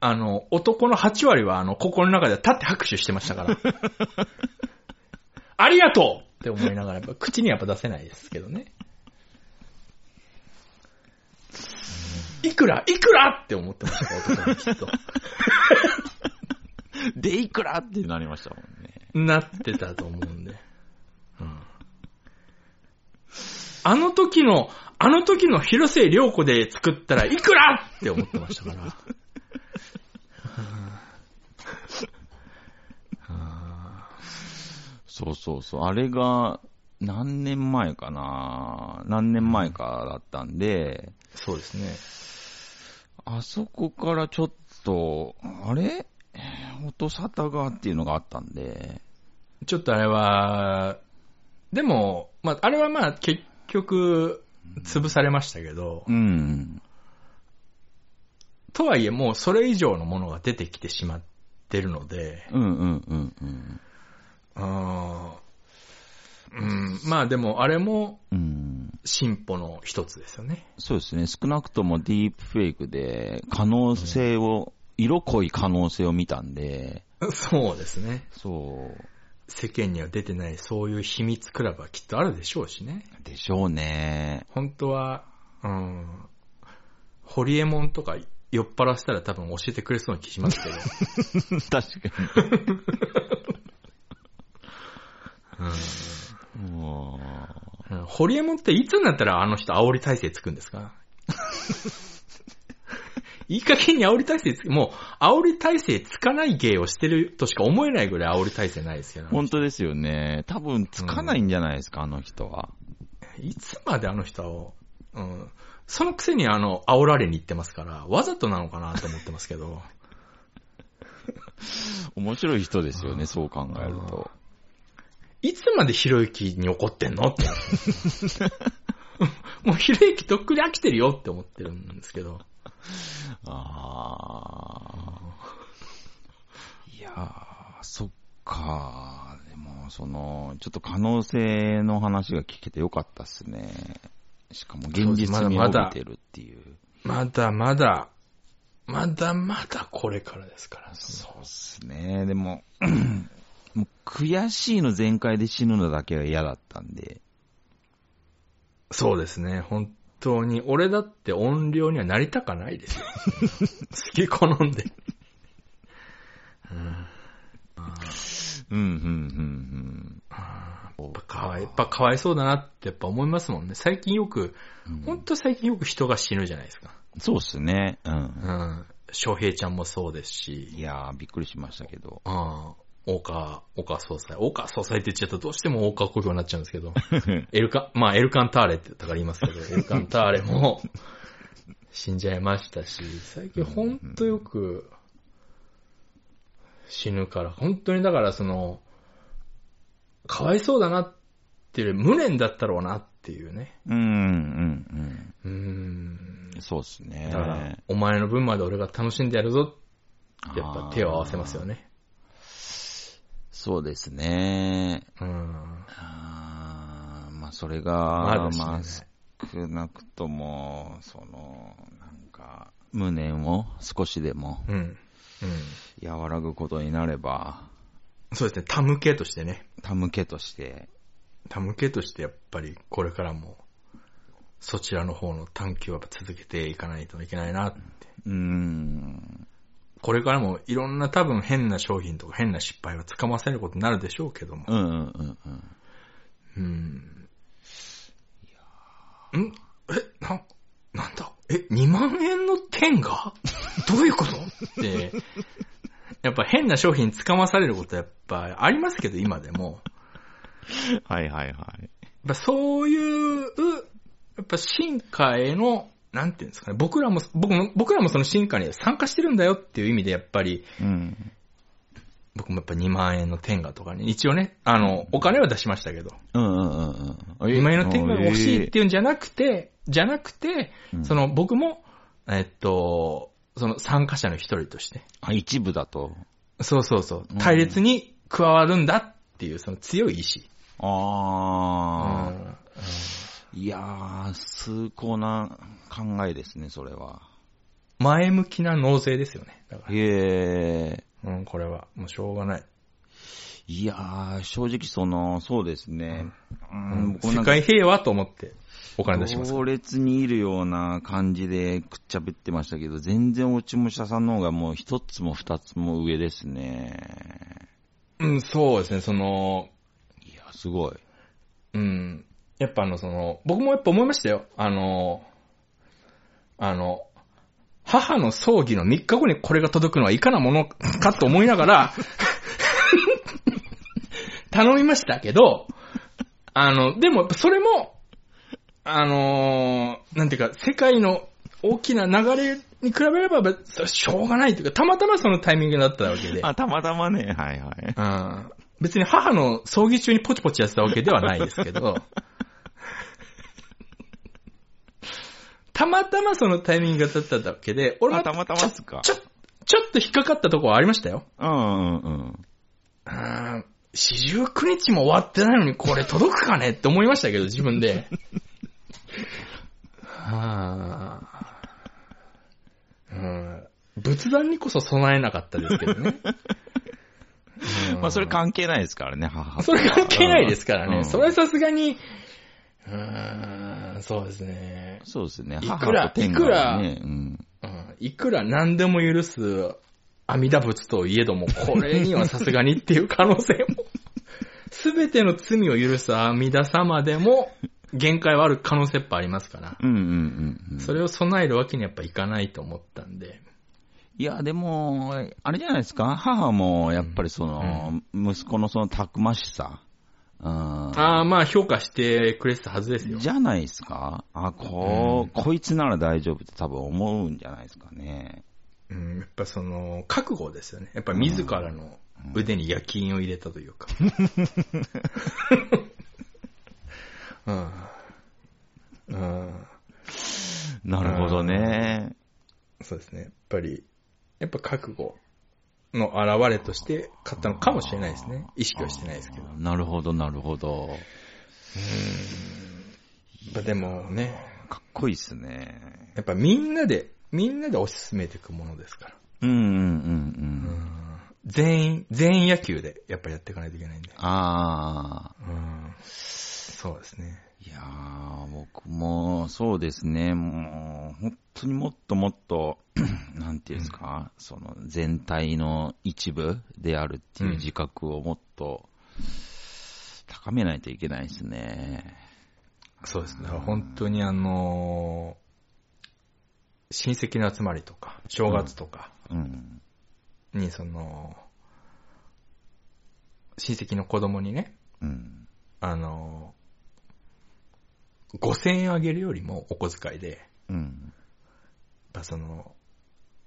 Speaker 2: あの、男の8割は、あの、心の中で立って拍手してましたから。ありがとうって思いながら、やっぱ口にはやっぱ出せないですけどね。いくらいくらって思ってました、男はきっと。
Speaker 1: で、いくらってなりましたもんね。
Speaker 2: なってたと思うんで。うんあの時の、あの時の広末涼子で作ったらいくらって思ってましたから。はあはあ
Speaker 1: そうそうそう。あれが、何年前かな何年前かだったんで、
Speaker 2: そうですね。
Speaker 1: あそこからちょっと、あれ音沙汰がっていうのがあったんで、
Speaker 2: ちょっとあれは、でも、まあ、あれはまあ結局、潰されましたけど、
Speaker 1: うん。
Speaker 2: とはいえもうそれ以上のものが出てきてしまってるので、
Speaker 1: うんうんうんうん。
Speaker 2: うーんうん、まあでもあれも
Speaker 1: うん、
Speaker 2: 進歩の一つですよね。
Speaker 1: そうですね。少なくともディープフェイクで可能性を、色濃い可能性を見たんで、
Speaker 2: そうですね。
Speaker 1: そう。
Speaker 2: 世間には出てないそういう秘密クラブはきっとあるでしょうしね。
Speaker 1: でしょうね。
Speaker 2: 本当は、うん、ホリエモンとか酔っ払わせたら多分教えてくれそうな気しますけ ど。
Speaker 1: 確かに。も
Speaker 2: うん、ホリエモンっていつになったらあの人煽り体制つくんですかいい加減に煽り体制つく、もう煽り体制つかない芸をしてるとしか思えないぐらい煽り体制ないですけど
Speaker 1: う、本当ですよね。多分つかないんじゃないですか、あの人は。
Speaker 2: いつまであの人を、うん、そのくせにあの、煽られに行ってますから、わざとなのかなと思ってますけど、
Speaker 1: 面白い人ですよね、そう考えると。
Speaker 2: いつまでひろゆきに怒ってんのって。もうひろゆきとっくに飽きてるよって思ってるんですけど。
Speaker 1: あー。いやー、そっかー。でも、その、ちょっと可能性の話が聞けてよかったっすね。しかも現実味を帯びてるっていう。
Speaker 2: まだまだ、まだまだこれからですから。そ
Speaker 1: そ
Speaker 2: の
Speaker 1: うっすね。でも、 もう悔しいの全開で死ぬのだけは嫌だったんで。
Speaker 2: そうですね、本当に。俺だって音量にはなりたかない ですよ。好き好んで。
Speaker 1: うん、うん、うん、
Speaker 2: やっぱかわい、やっぱかわいそうだなってやっぱ思いますもんね。最近よく、
Speaker 1: うん
Speaker 2: ほんと最近よく人が死ぬじゃないですか。
Speaker 1: うん。そうっすね。うん。
Speaker 2: うん。翔平ちゃんもそうです
Speaker 1: い
Speaker 2: し、
Speaker 1: やー、びっくりしましたけど。
Speaker 2: うん。大川、大川総裁。大川総裁って言っちゃったらどうしても大川故郷になっちゃうんですけ ど。エルカン、まあエルカンターレってだから言います けど、エルカンターレも死んじゃいましたし、最近ほんとよく死ぬから、本当にだからその、かわいそうだなっていうより無念だったろうなっていうね。
Speaker 1: うん、うん、
Speaker 2: うーん。
Speaker 1: うん。そうっすね
Speaker 2: だ。から、お前の分まで俺が楽しんでやるぞってやっぱ手を合わせますよ
Speaker 1: ね。
Speaker 2: ね。
Speaker 1: そうですね。
Speaker 2: うん。
Speaker 1: あーまあ、それが、
Speaker 2: まだ死ね
Speaker 1: ま
Speaker 2: な
Speaker 1: あ
Speaker 2: い、
Speaker 1: 少なくとも、その、なんか、無念を少しでも
Speaker 2: うん。うん。
Speaker 1: 和らぐことになれば、
Speaker 2: そうですね、手向けとしてね。
Speaker 1: 手向けとして、
Speaker 2: 手向けとしてやっぱりこれからもそちらの方の探求はやっぱ続けていかないといけないなって。
Speaker 1: うーん、
Speaker 2: これからもいろんな多分変な商品とか変な失敗はつかませることになるでしょうけども。
Speaker 1: うんうんうんうん。
Speaker 2: うん。んえ、な、なんだえ、2万円の点がどういうことって、やっぱ変な商品つかまされることはやっぱありますけど、今でも。
Speaker 1: はいはいはい。
Speaker 2: やっぱそういう、やっぱ進化への、なんていうんですかね、僕らも、僕も、僕らもその進化に参加してるんだよっていう意味で、やっぱり、
Speaker 1: うん。
Speaker 2: 僕もやっぱ2万円の天下とかに、一応ね、あの、お金は出しましたけど、
Speaker 1: うんうんうんうん。
Speaker 2: 2万円の天下が欲しいっていうんじゃなくて、じゃなくて
Speaker 1: う、ん
Speaker 2: その僕も、えっと、その参加者の一人として、
Speaker 1: あ一部だと。
Speaker 2: そうそうそう
Speaker 1: う、ん
Speaker 2: 隊列に加わるんだっていう、その強い意志。
Speaker 1: あー。
Speaker 2: うん
Speaker 1: いやー、崇高な考えですね、それは。
Speaker 2: 前向きな納税ですよね。だから
Speaker 1: へえ。
Speaker 2: うん、これは。もうしょうがない。
Speaker 1: いやー、正直その、そうですね。う
Speaker 2: うん
Speaker 1: ん、僕もな
Speaker 2: 世
Speaker 1: んか
Speaker 2: 界平和と思って。お金出しますか
Speaker 1: 強
Speaker 2: ら
Speaker 1: 烈にいるような感じでくっちゃべってましたけど、全然落ち武者さんの方がもう一つも二つも上ですね。
Speaker 2: うん、そうですね、その、
Speaker 1: いや、すごい。
Speaker 2: うん。やっぱあの、その、僕もやっぱ思いましたよ。あの、あの、母の葬儀の3日後にこれが届くのはいかなものかと思いながら、 頼みましたけど、あの、でもやっぱそれも、あのーなんていうか、世界の大きな流れに比べれば、まあしょうがないというか、たまたまそのタイミングだったわけで。
Speaker 1: あ、たまたまね、はいはい。
Speaker 2: うん別に母の葬儀中にポチポチやってたわけではないですけど、たまたまそのタイミングが立ったわけで、俺
Speaker 1: あ
Speaker 2: は
Speaker 1: たまたまっすか
Speaker 2: ちょ、ちょっと引っかかったところはありましたよ。
Speaker 1: うんうんうん。
Speaker 2: うん、四十九日も終わってないのにこれ届くかねって思いましたけど、自分で。はあうん、仏壇にこそ備えなかったですけ どね。うん
Speaker 1: まあそれ関係ないですからね、母
Speaker 2: それ関係ないですからね。
Speaker 1: うん
Speaker 2: それはさすがに、うーん、そうですね。
Speaker 1: そうですね。
Speaker 2: いくら
Speaker 1: 母と天下はね、うん。
Speaker 2: うん、いくら何でも許す阿弥陀仏といえども、これにはさすがにっていう可能性 も、すべての罪を許す阿弥陀様でも、限界はある可能性やっぱありますから。
Speaker 1: うんうんうんうん。
Speaker 2: それを備えるわけにやっぱいかないと思ったんで。
Speaker 1: いや、でも、あれじゃないですか、母もやっぱりその、息子のそのたくましさ、うん、
Speaker 2: ああ、まあ評価してくれてたはずですよ。
Speaker 1: じゃないですか、あこ、うこいつなら大丈夫って多分思うんじゃないですかね。
Speaker 2: うん、やっぱその、覚悟ですよね。やっぱ自らの腕に夜勤を入れたというか。 うん。うん。
Speaker 1: なるほどね。
Speaker 2: そうですね。やっぱり、やっぱ覚悟の表れとして買ったのかもしれないですね。意識はしてないですけど。
Speaker 1: あーなるほど、なるほど。
Speaker 2: まあでもね、
Speaker 1: かっこいいっすね。
Speaker 2: やっぱみんなで、みんなで推し進めていくものですから。
Speaker 1: うんうんうん
Speaker 2: う
Speaker 1: うん。
Speaker 2: ん。全員、全員野球でやっぱやっていかないといけないんで。
Speaker 1: ああ。
Speaker 2: うん。そうですね。
Speaker 1: いやー、僕も、そうですね、もう、本当にもっともっと、 なんていうんですか、その全体の一部であるっていう自覚をもっと高めないといけないですね。
Speaker 2: そうですね。本当にあのー親戚の集まりとか、正月とか
Speaker 1: うん。
Speaker 2: に、その、親戚の子供にね、
Speaker 1: うん。
Speaker 2: あのー5000円あげるよりもお小遣いで、やっ
Speaker 1: うん。
Speaker 2: ぱその、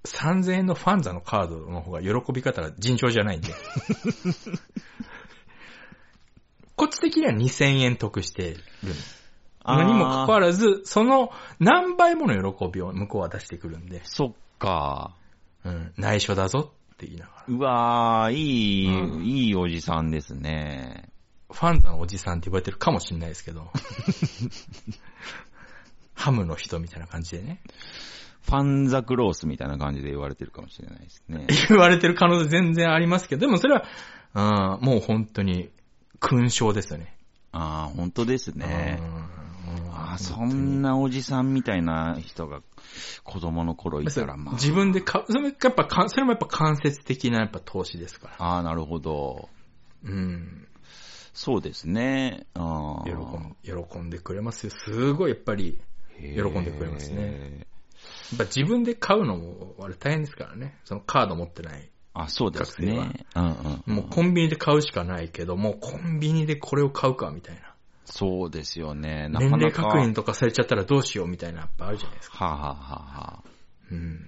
Speaker 2: 3000円のファンザのカードの方が喜び方が尋常じゃ ないんで。こっち的には2000円得してるんですのにもかかわ
Speaker 1: る。
Speaker 2: らず、その何倍もの喜びを向こうは出してくるんで、
Speaker 1: そっか。
Speaker 2: うん、内緒だぞって言いながら。
Speaker 1: うわー、いい、
Speaker 2: うん
Speaker 1: いいおじさんですね。
Speaker 2: ファンザのおじさんって呼ばれてるかもしれないですけ ど、ハムの人みたいな感じでね、
Speaker 1: ファンザクロースみたいな感じで言われてるかもしれないです ね。
Speaker 2: 言われてる可能性全然ありますけど、でもそれは、うん、もう本当に勲章ですよね。
Speaker 1: あー、本当ですね。
Speaker 2: うんうん
Speaker 1: あーそ
Speaker 2: 本当に
Speaker 1: んなおじさんみたいな人が子供の頃いたらまあ。
Speaker 2: 自分でか、それもやっぱか、それもやっぱ間接的なやっぱ投資ですから。
Speaker 1: ああ、なるほど。
Speaker 2: うん。
Speaker 1: そうですね。あ
Speaker 2: 喜
Speaker 1: ー
Speaker 2: ん喜んでくれますよ。すごいやっぱり、
Speaker 1: へ
Speaker 2: 喜
Speaker 1: ー
Speaker 2: んでくれますね。やっぱ自分で買うのもあれ大変ですからね。そのカード持ってない。
Speaker 1: あ、そうです
Speaker 2: 学
Speaker 1: ね。うんうん。
Speaker 2: もうコンビニで買うしかないけど、もうコンビニでこれを買うかみたいな。
Speaker 1: そうですよね。な
Speaker 2: 年
Speaker 1: かな
Speaker 2: 齢
Speaker 1: か。
Speaker 2: 確認とかされちゃったらどうしようみたいなやっぱあるじゃないですか。
Speaker 1: はあ、はあは
Speaker 2: うん。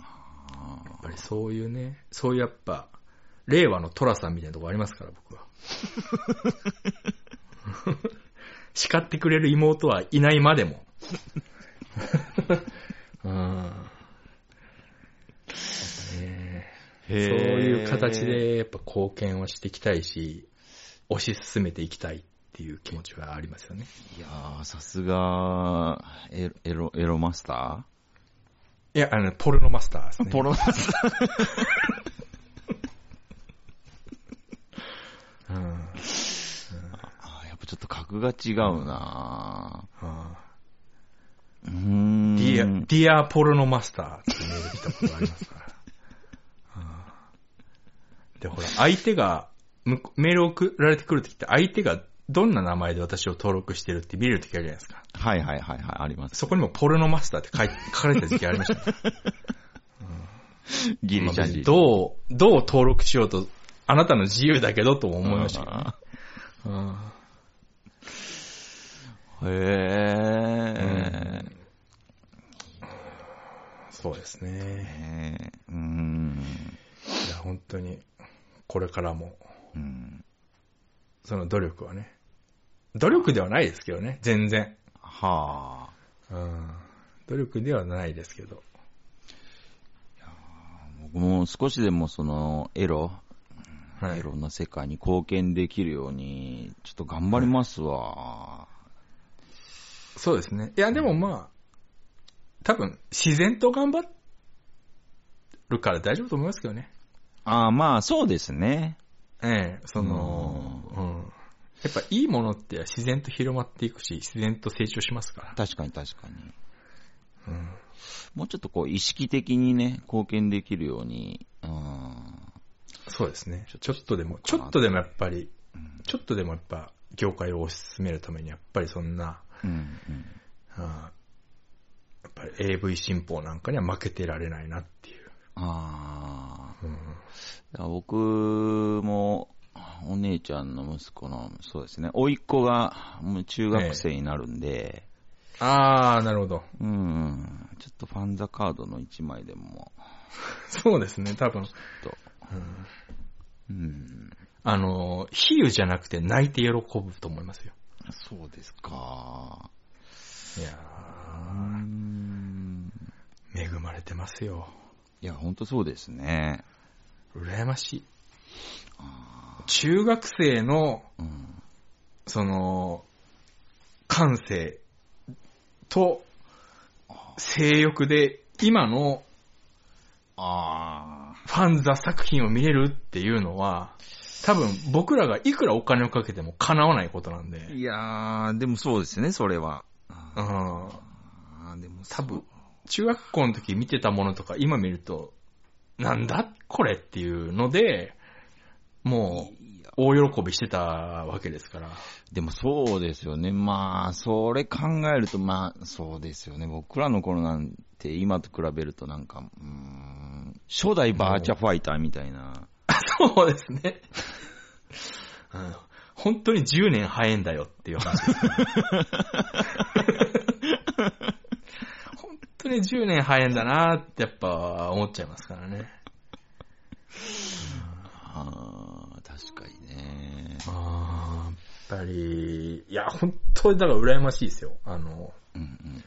Speaker 1: あはあ、
Speaker 2: やっぱりそういうね、そういうやっぱ、令和のトラさんみたいなとこありますから僕 は。叱ってくれる妹はいないまでも。うん
Speaker 1: そう
Speaker 2: そういう形。でやっぱ貢献をしていきたいし、推し進めていきたいっていう気持ちはありますよね。
Speaker 1: いやーさすが、エロ、エロ、エロマスタ
Speaker 2: いや、あの、ポルノマスターです
Speaker 1: ー
Speaker 2: ね。
Speaker 1: ポロマスター。
Speaker 2: うん
Speaker 1: あーやっぱちょっとか格が違うな
Speaker 2: あ
Speaker 1: ぁ。うー
Speaker 2: ー
Speaker 1: ん。
Speaker 2: ディア、ディアポルノマスターってメール来たことありますか ら。あーで、ほら、相手が、向こメール送られてくるときって、相手がどんな名前で私を登録してるって見れるときあるじゃないですか。
Speaker 1: はいはいはいはい、あります。
Speaker 2: そこにもポルノマスターって書い 書かれてた時期ありましたね、
Speaker 1: ギリシャ人。う
Speaker 2: どう、どう登録しようと、あなたの自由だけどとも思いましたけど
Speaker 1: た
Speaker 2: うん
Speaker 1: へえ。
Speaker 2: そうですね。
Speaker 1: へえ。うーん。
Speaker 2: いや、本当に、これからも、
Speaker 1: うん。
Speaker 2: その努力はね、努力ではないですけどね、全然。
Speaker 1: は
Speaker 2: うん。努力ではないですけど。
Speaker 1: あ。僕も少しでもその、エロ、
Speaker 2: はい
Speaker 1: エ。ロの世界に貢献できるように、ちょっと頑張りますわ。
Speaker 2: そうですね。いや、でもまあ、多分、自然と頑張るから大丈夫と思いますけどね。
Speaker 1: ああ、まあ、そうですね。
Speaker 2: ええ、その、うん。やっぱいいものって自然と広まっていくし、自然と成長しますから。
Speaker 1: 確かに確かに。
Speaker 2: うん。
Speaker 1: もうちょっとこう、意識的にね、貢献できるように、うん。
Speaker 2: そうですね。ちょっとでも、ちょっとでもやっぱり、ちょっとでもやっぱ、業界を推し進めるために、やっぱりそんな、
Speaker 1: うん、うん。
Speaker 2: あーやっぱり AV 新法なんかには負けてられないなっていう。
Speaker 1: あ
Speaker 2: うん
Speaker 1: あ。僕も、お姉ちゃんの息子の、そうですね、甥いっ子が、もう中学生になるんで、
Speaker 2: あー、なるほど。
Speaker 1: うん、ちょっとファンザカードの1枚でも、
Speaker 2: そうですね、多分。
Speaker 1: ちょっと、
Speaker 2: う
Speaker 1: う
Speaker 2: ん
Speaker 1: ん、
Speaker 2: あのー、比喩じゃなくて泣いて喜ぶと思いますよ。
Speaker 1: そうですか。
Speaker 2: いや
Speaker 1: う
Speaker 2: ー
Speaker 1: ん。
Speaker 2: 恵まれてますよ。
Speaker 1: いや、ほんとそうですね。
Speaker 2: 羨ましい。中学生の、
Speaker 1: うん。
Speaker 2: その、感性と性欲で今の
Speaker 1: ああ。
Speaker 2: ファンザ作品を見れるっていうのは、多分僕らがいくらお金をかけても叶わないことなんで、うん
Speaker 1: いやー、でもそうですね、それは。あーでも
Speaker 2: 多分、中学校の時見てたものとか今見ると、なんだこれっていうので、もう
Speaker 1: いや
Speaker 2: 大喜びしてたわけですから。
Speaker 1: でもそうですよね。まあ、それ考えると、まあ、そうですよね。僕らの頃なんて、今と比べるとなんか、うーん、初代バーチャファイターみたいな。
Speaker 2: そうですね。うん本当に10年早いんだよっていう話ですね、本当に10年早いんだなってやっぱ思っちゃいますからね。
Speaker 1: ああ、確かにね。
Speaker 2: あやっぱり、いや、本当にだから羨ましいですよ。あの、
Speaker 1: うんうん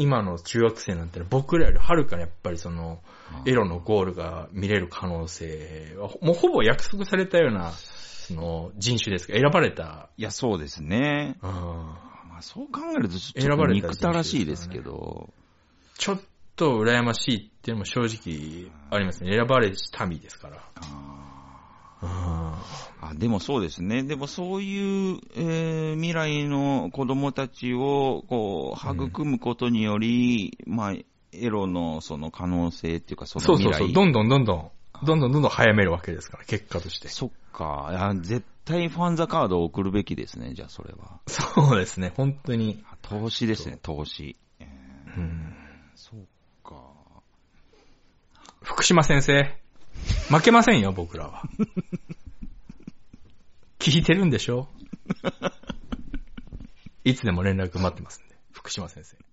Speaker 2: 今の中学生なんてのは僕らよりはるかにやっぱりその、
Speaker 1: うん。
Speaker 2: エロのゴールが見れる可能性は、もうほぼ約束されたような、その人種ですか、選ばれた、
Speaker 1: いや、そうですね。
Speaker 2: うん
Speaker 1: まあ、そう考えると、ちょ
Speaker 2: 選
Speaker 1: っと
Speaker 2: ばれた
Speaker 1: 憎たらしいですけど。
Speaker 2: ちょっと羨ましいっていうのも正直ありますね。選ばれし民ですから。
Speaker 1: あでもそうですね。でもそういう、えー未来の子供たちを、こう、育むことにより、まあ、エロのその可能性っていうか、その
Speaker 2: そう
Speaker 1: 未
Speaker 2: そう
Speaker 1: 来。
Speaker 2: そう。どんどんどんどん、どんどんどんどん早めるわけですから、結果として。
Speaker 1: そっか。いや、絶対ファンザカードを送るべきですね、じゃあそれは。
Speaker 2: そうですね、本当に。
Speaker 1: あ投資ですね、投資。えー
Speaker 2: うん
Speaker 1: そうか。
Speaker 2: 福島先生、負けませんよ、僕ら は。聞いてるんでしょいつでも連絡待ってますんで。福島先生。